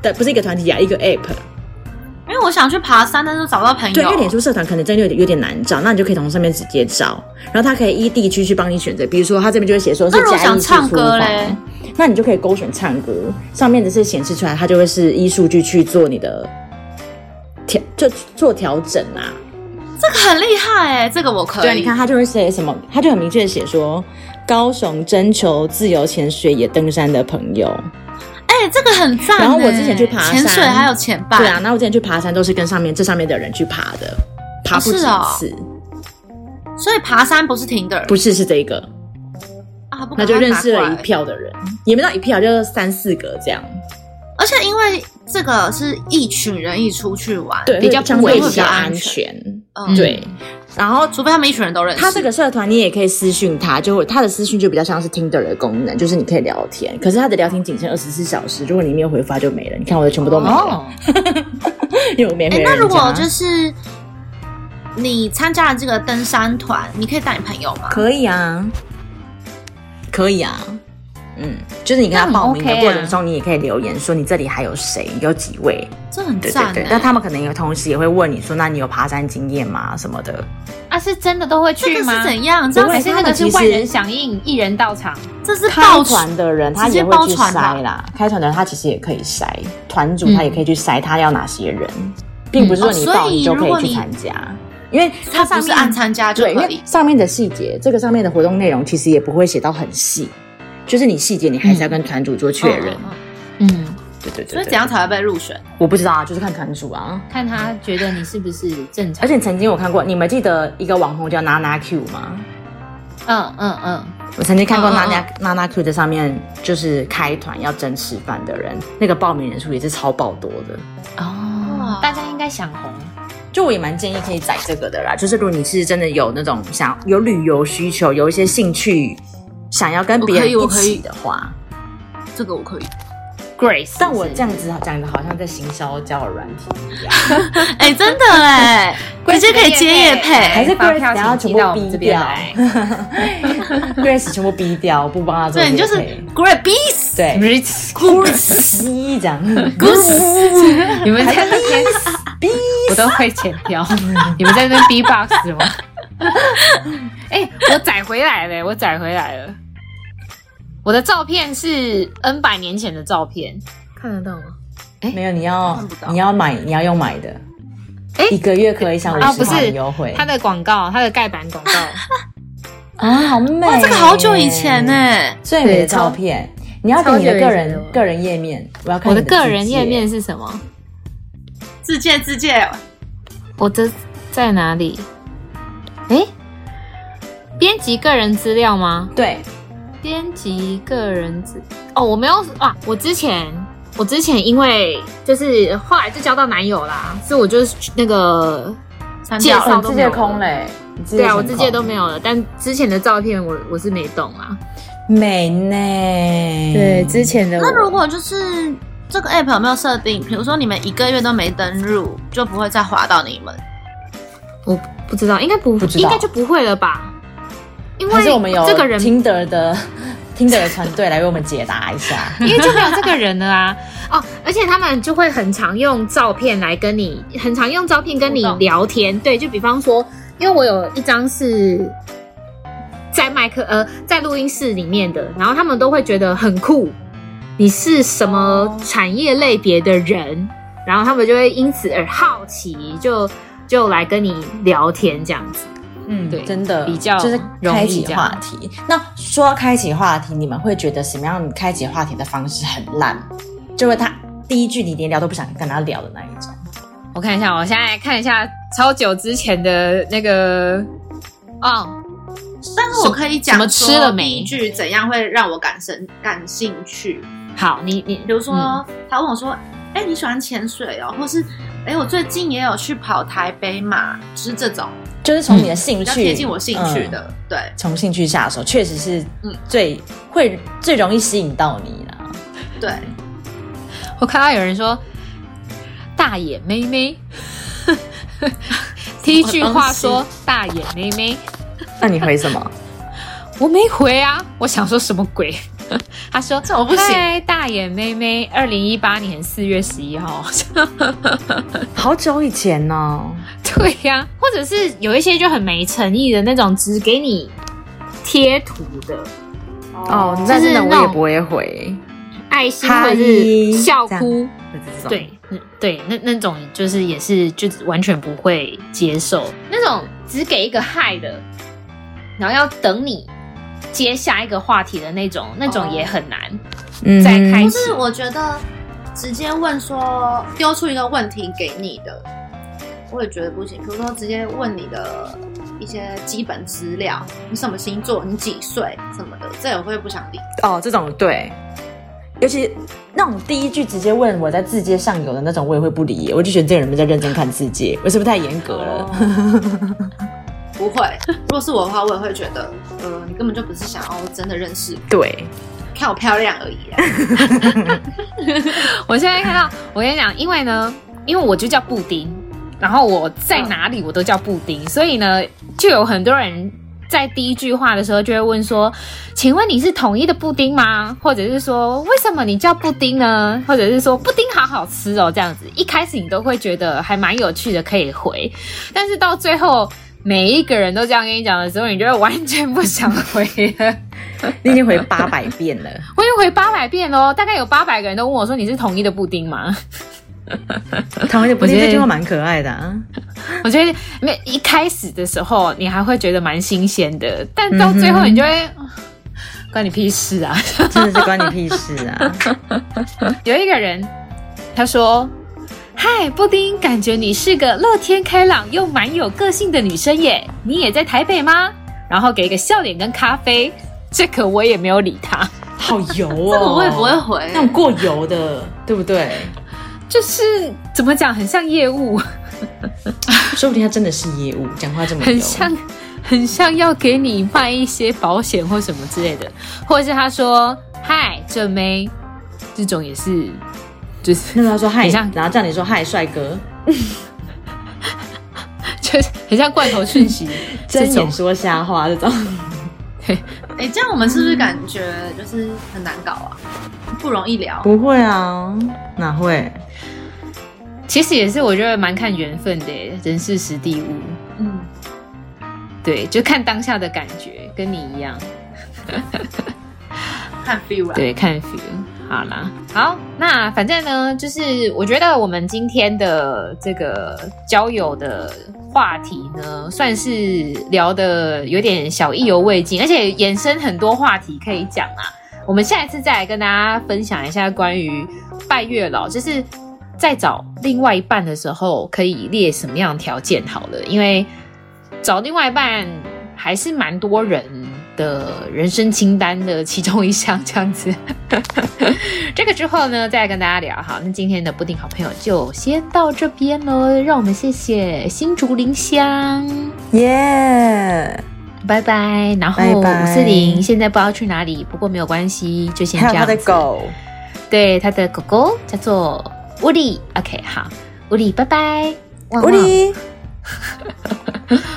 Speaker 3: 对，不是一个团体啊，一个 app。
Speaker 2: 嗯因为我想去爬山，但是找不到朋友。
Speaker 3: 对，因为脸书社团可能真的有点有点难找，那你就可以从上面直接找，然后它可以依地区去帮你选择，比如说它这边就会写说是
Speaker 2: 那如果
Speaker 3: 嘉义
Speaker 2: 想
Speaker 3: 市
Speaker 2: 唱
Speaker 3: 出嗯
Speaker 2: 歌
Speaker 3: 团
Speaker 2: 嘞，
Speaker 3: 那你就可以勾选唱歌，上面的是显示出来，它就会是依数据去做你的调，就做调整啊。
Speaker 2: 这个很厉害哎、这个我可以。
Speaker 3: 对啊，你看，他就会写什么，他就很明确的写说，高雄征求自由潜水也登山的朋友。
Speaker 2: 哎、这个很赞、欸。
Speaker 3: 然后我之前去爬山
Speaker 2: 潜水还有潜伴，
Speaker 3: 对啊，，那我之前去爬山都是跟上面这上面的人去爬的，爬
Speaker 2: 哦
Speaker 3: 不止
Speaker 2: 是
Speaker 3: 一
Speaker 2: 哦
Speaker 3: 次，
Speaker 2: 所以爬山不是停的，
Speaker 3: 不是是这个，
Speaker 2: 啊，不赶快
Speaker 3: 那就认识
Speaker 2: 爬过
Speaker 3: 了
Speaker 2: 来
Speaker 3: 一票的人，也没到一票，就是三四个这样，
Speaker 2: 而且因为这个是一群人一起出去玩，
Speaker 3: 对，
Speaker 1: 比较
Speaker 3: 相
Speaker 1: 不危
Speaker 3: 对比
Speaker 1: 险
Speaker 3: 较安
Speaker 2: 全，
Speaker 3: 全，
Speaker 2: 嗯，
Speaker 3: 对。然后
Speaker 2: 除非他们一群人都认识。
Speaker 3: 他这个社团你也可以私讯他，就会他的私讯就比较像是 Tinder 的功能，就是你可以聊天，可是他的聊天仅限二十四小时，如果你没有回复他就没了。你看我的全部都没了，
Speaker 1: 哦，
Speaker 3: 因为我没
Speaker 2: 哎、
Speaker 3: 回人家。
Speaker 2: 那如果就是你参加了这个登山团，你可以带你朋友吗？
Speaker 3: 可以啊，可以啊，嗯，就是你跟他
Speaker 1: 那很
Speaker 3: 报名的
Speaker 1: OK 啊
Speaker 3: 过程中，你也可以留言说你这里还有谁，有几位，
Speaker 2: 这很
Speaker 3: 对
Speaker 2: 赞、欸
Speaker 3: 对对。但他们可能有同时也会问你说，那你有爬山经验吗？什么的，
Speaker 1: 啊，是真的都会
Speaker 2: 这
Speaker 1: 去
Speaker 2: 个
Speaker 1: 吗
Speaker 2: 是？怎样？这
Speaker 3: 不
Speaker 1: 还
Speaker 2: 样
Speaker 3: 会
Speaker 1: 是
Speaker 3: 哎他
Speaker 1: 那
Speaker 3: 们
Speaker 1: 个是
Speaker 3: 其实
Speaker 1: 万人响应，一人到场？
Speaker 2: 这是
Speaker 3: 开
Speaker 2: 报纸
Speaker 3: 团的人他
Speaker 2: 直接啊
Speaker 3: 也会
Speaker 2: 包
Speaker 3: 去
Speaker 2: 船吧
Speaker 3: 筛啦，开团的人他其实也可以筛，团主他也可以去筛他要哪些人，并不是说
Speaker 2: 嗯
Speaker 3: 你
Speaker 2: 哦
Speaker 3: 报
Speaker 2: 所以
Speaker 3: 你就可
Speaker 2: 如果
Speaker 3: 以
Speaker 2: 你
Speaker 3: 去参加，因为他
Speaker 2: 它
Speaker 3: 上
Speaker 2: 不是
Speaker 3: 面
Speaker 2: 按参加就
Speaker 3: 对，因
Speaker 2: 可
Speaker 3: 为
Speaker 2: 以。
Speaker 3: 上面的细节，这个上面的活动内容其实也不会写到很细，就是你细节你还是要跟团主做确认。
Speaker 2: 嗯嗯嗯
Speaker 1: 嗯，
Speaker 3: 对对对
Speaker 2: 所以
Speaker 3: 对
Speaker 2: 怎样才会被入选？
Speaker 3: 我不知道啊，就是看团主啊。
Speaker 1: 看他觉得你是不是正常
Speaker 3: 而。且曾经我看过，你们记得一个网红叫娜娜 Q 吗？
Speaker 1: 嗯嗯嗯，
Speaker 3: 我曾经看过
Speaker 2: 嗯嗯
Speaker 3: 娜娜娜娜 Q 在上面就是开团要争吃饭的人，那个报名人数也是超爆多的。
Speaker 1: 哦
Speaker 2: 哇，
Speaker 1: 大家应该想红。
Speaker 3: 就我也蛮建议可以载这个的啦，就是如果你是真的有那种想有旅游需求，有一些兴趣想要跟别人
Speaker 2: 我
Speaker 3: 一
Speaker 2: 可以
Speaker 3: 起的话，
Speaker 2: 这个我可以。
Speaker 1: Grace，
Speaker 3: 但我
Speaker 1: 是不
Speaker 3: 这
Speaker 1: 是
Speaker 3: 样子讲的好像在行销交友软体啊一样，
Speaker 2: 哎、真 的哎、直接可以接夜配。
Speaker 3: 还是
Speaker 1: 发
Speaker 3: Grace
Speaker 1: 票
Speaker 3: 等下
Speaker 1: 请
Speaker 3: 全
Speaker 1: 寄到我
Speaker 3: 部
Speaker 1: 们这
Speaker 3: 逼
Speaker 1: 边
Speaker 3: 掉
Speaker 1: 来，
Speaker 3: ，Grace 全部逼掉，不帮他做
Speaker 2: 对，
Speaker 3: 业配，
Speaker 2: 你就是 Great Beast
Speaker 3: 对 Grace 这样 Grace
Speaker 1: 你们在那边逼，我都会剪掉。你们在那边 B box 吗？ 哎、我载回来了，我载回来了。我的照片是 N 百年前的照片，
Speaker 3: 看得到吗？没有，你要
Speaker 2: 看不到
Speaker 3: 你要买，你要用买的，
Speaker 1: 哎
Speaker 3: 一个月可以享
Speaker 1: 啊
Speaker 3: 五
Speaker 1: 不
Speaker 3: 十
Speaker 1: 是
Speaker 3: 块的优惠
Speaker 1: 它的广告，它的盖板 广告。
Speaker 3: 啊，好美！
Speaker 2: 哇，这个好久以前呢、
Speaker 3: 最美的
Speaker 1: 对超
Speaker 3: 照片，你要给你的个
Speaker 1: 超级有意思
Speaker 3: 人个人页面，我要看
Speaker 1: 我
Speaker 3: 你
Speaker 1: 的
Speaker 3: 的
Speaker 1: 个人
Speaker 3: 字
Speaker 1: 页面是什么？
Speaker 2: 自荐自荐，
Speaker 1: 我的在哪里？哎、编辑个人资料吗？
Speaker 3: 对，
Speaker 1: 编辑个人资哦，我没有啊，我之前我之前因为就是后来就交到男友啦，所以我就是那个
Speaker 2: 删
Speaker 1: 介
Speaker 2: 掉
Speaker 1: 绍
Speaker 2: 了。
Speaker 3: 哦
Speaker 1: 都
Speaker 3: 你
Speaker 1: 没有
Speaker 3: 界空嘞，你
Speaker 1: 对啊，我这
Speaker 3: 全
Speaker 1: 些
Speaker 3: 空
Speaker 1: 都没有了，但之前的照片我我是没动啊。
Speaker 3: 美呢。
Speaker 1: 前的
Speaker 2: 那如果就是这个 app 有没有设定，比如说你们一个月都没登入，就不会再滑到你们？
Speaker 1: 我不知道，应该不
Speaker 3: 不知道
Speaker 1: 应该就不会了吧？因
Speaker 3: 还是
Speaker 1: 为
Speaker 3: 我们有
Speaker 1: 这个人，
Speaker 3: 听得的。听得的团队来为我们解答一下，
Speaker 1: 因为就没有这个人了啊。 哦，而且他们就会很常用照片来跟你，很常用照片跟你
Speaker 2: 互动
Speaker 1: 聊天。对，就比方说，因为我有一张是在麦克呃在录音室里面的，然后他们都会觉得很酷，你是什么
Speaker 2: 哦
Speaker 1: 产业类别的人，然后他们就会因此而好奇，就就来跟你聊天这样子。
Speaker 3: 嗯
Speaker 1: 对
Speaker 3: 真的
Speaker 1: 比较
Speaker 3: 就是
Speaker 1: 容易
Speaker 3: 开启
Speaker 1: 这样
Speaker 3: 话题。那说到开启话题，你们会觉得什么样开启话题的方式很烂？就会他第一句你连聊都不想跟他聊的那一种。
Speaker 1: 我看一下，我现在来看一下超久之前的那个哦，
Speaker 2: 但是我可以讲
Speaker 1: 什么
Speaker 2: 说
Speaker 1: 吃了没
Speaker 2: 第一句怎样会让我感生感兴趣？
Speaker 1: 好，你你
Speaker 2: 比如说、
Speaker 1: 嗯
Speaker 2: 他问我说：“哎、你喜欢潜水哦？”或是“哎、我最近也有去跑台北马”，就是这种
Speaker 3: 就是从你的
Speaker 2: 嗯
Speaker 3: 兴
Speaker 2: 比较
Speaker 3: 趣，
Speaker 2: 贴近我兴趣
Speaker 3: 嗯
Speaker 2: 的。对，
Speaker 3: 从兴趣下手，确实是
Speaker 2: 嗯
Speaker 3: 最、会最容易吸引到你啦。
Speaker 2: 对，
Speaker 1: 我看到有人说大眼妹妹 第一句话说大眼妹妹，
Speaker 3: 那你回什么？
Speaker 1: 我没回啊，我想说什么鬼？他说
Speaker 2: 这我不行
Speaker 1: 嗨，大眼妹妹，二零一八年四月十一号。
Speaker 3: 好久以前哦呢、
Speaker 1: 对呀、或者是有一些就很没诚意的那种，只给你贴图的，
Speaker 4: 哦，
Speaker 1: 就
Speaker 4: 那
Speaker 1: 是
Speaker 4: 真的
Speaker 1: 那
Speaker 4: 我
Speaker 1: 种
Speaker 4: 也不会回，
Speaker 1: 爱心
Speaker 4: 嗨
Speaker 1: 或者是笑哭，
Speaker 4: 就是这种。
Speaker 1: 对，嗯对，那那种就是也是就完全不会接受那种只给一个嗨的，然后要等你接下一个话题的那种，那种也很难。
Speaker 4: 嗯
Speaker 1: 再开
Speaker 2: 就
Speaker 1: 始
Speaker 2: 是我觉得直接问说丢出一个问题给你的，我也觉得不行。比如说直接问你的一些基本资料，你什么星座，你几岁什么的，这我会不想理。
Speaker 4: 哦，这种对，
Speaker 3: 尤其那种第一句直接问我在字节上有的那种，我也会不理耶，我就觉得这个人没在认真看字节，我是不是太严格了？
Speaker 2: 哦不会，如果是我的话，我也会觉得，呃，你根本就不是想要真的认识我，
Speaker 4: 对，
Speaker 2: 看我漂亮而已啊。
Speaker 1: 我现在看到，我跟你讲，因为呢，因为我就叫布丁，然后我在哪里我都叫布丁，所以呢，就有很多人在第一句话的时候就会问说：“请问你是统一的布丁吗？”或者是说：“为什么你叫布丁呢？”或者是说：“布丁好好吃哦。”这样子，一开始你都会觉得还蛮有趣的，可以回，但是到最后。每一个人都这样跟你讲的时候，你就会完全不想回了。
Speaker 3: 你已经回八百遍 了，
Speaker 1: 我已经回八百遍喽，大概有八百个人都问我说：“你是统一的布丁吗？”
Speaker 3: 唐文的不是
Speaker 1: 我觉得
Speaker 3: 这句话蛮可爱的啊。
Speaker 1: 我觉得没一开始的时候，你还会觉得蛮新鲜的，但到最后你就会、啊关你屁事啊！
Speaker 3: 真的是关你屁事啊！
Speaker 1: 有一个人他说：“嗨，布丁，感觉你是个乐天开朗又蛮有个性的女生耶，你也在台北吗？”然后给一个笑脸跟咖啡，这个我也没有理他，
Speaker 3: 好油 哦，
Speaker 2: 这个我也 不会回
Speaker 3: 那，种过油的，对不对？
Speaker 1: 就是怎么讲，很像业务，
Speaker 3: 说不定他真的是业务，讲话这么油
Speaker 1: 很像，很像要给你卖一些保险或什么之类的，或者是他说“嗨，正妹”，这种也是，就是
Speaker 3: 那时候他说嗨
Speaker 1: 很像，
Speaker 3: 然后叫你说嗨，帅哥，
Speaker 1: 就是很像罐头讯息这
Speaker 3: 睁
Speaker 1: 种
Speaker 3: 眼。说瞎话这种，
Speaker 2: 哎、这样我们是不是感觉就是很难搞啊？不容易聊。
Speaker 3: 不会啊，哪会？
Speaker 1: 其实也是我觉得蛮看缘分的耶，人事时地物，
Speaker 2: 嗯，
Speaker 1: 对，就看当下的感觉，跟你一样，
Speaker 2: 看 feel 啦。
Speaker 1: 对，看 feel。好啦，好，那反正呢，就是我觉得我们今天的这个交友的话题呢，算是聊的有点小意犹未尽，而且衍生很多话题可以讲啊。我们下一次再来跟大家分享一下关于拜月老，就是在找另外一半的时候可以列什么样的条件好了，因为找另外一半还是蛮多人的人生清单的其中一项这样子。 这个之后呢，再来跟大家聊哈。那今天的布丁好朋友就先到这边喽，让我们谢谢新竹林香。
Speaker 3: 耶！
Speaker 1: 拜拜。然后
Speaker 3: 拜拜
Speaker 1: 五四零现在不知道去哪里，不过没有关系，就先
Speaker 3: 还
Speaker 1: 这
Speaker 3: 有他
Speaker 1: 样
Speaker 3: 的
Speaker 1: 子。
Speaker 3: 狗，
Speaker 1: 对，他的狗狗叫做乌力。OK，好，乌力，拜拜。旺
Speaker 3: 乌
Speaker 1: 旺，
Speaker 3: 力，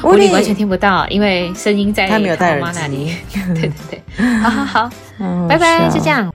Speaker 1: 乌力完全听不到，因为声音在
Speaker 3: 他没有戴
Speaker 1: 妈
Speaker 3: 耳
Speaker 1: 妈那里
Speaker 3: 机。，
Speaker 1: 对对对，好好好，
Speaker 3: 嗯
Speaker 1: 어,拜拜，就这。样，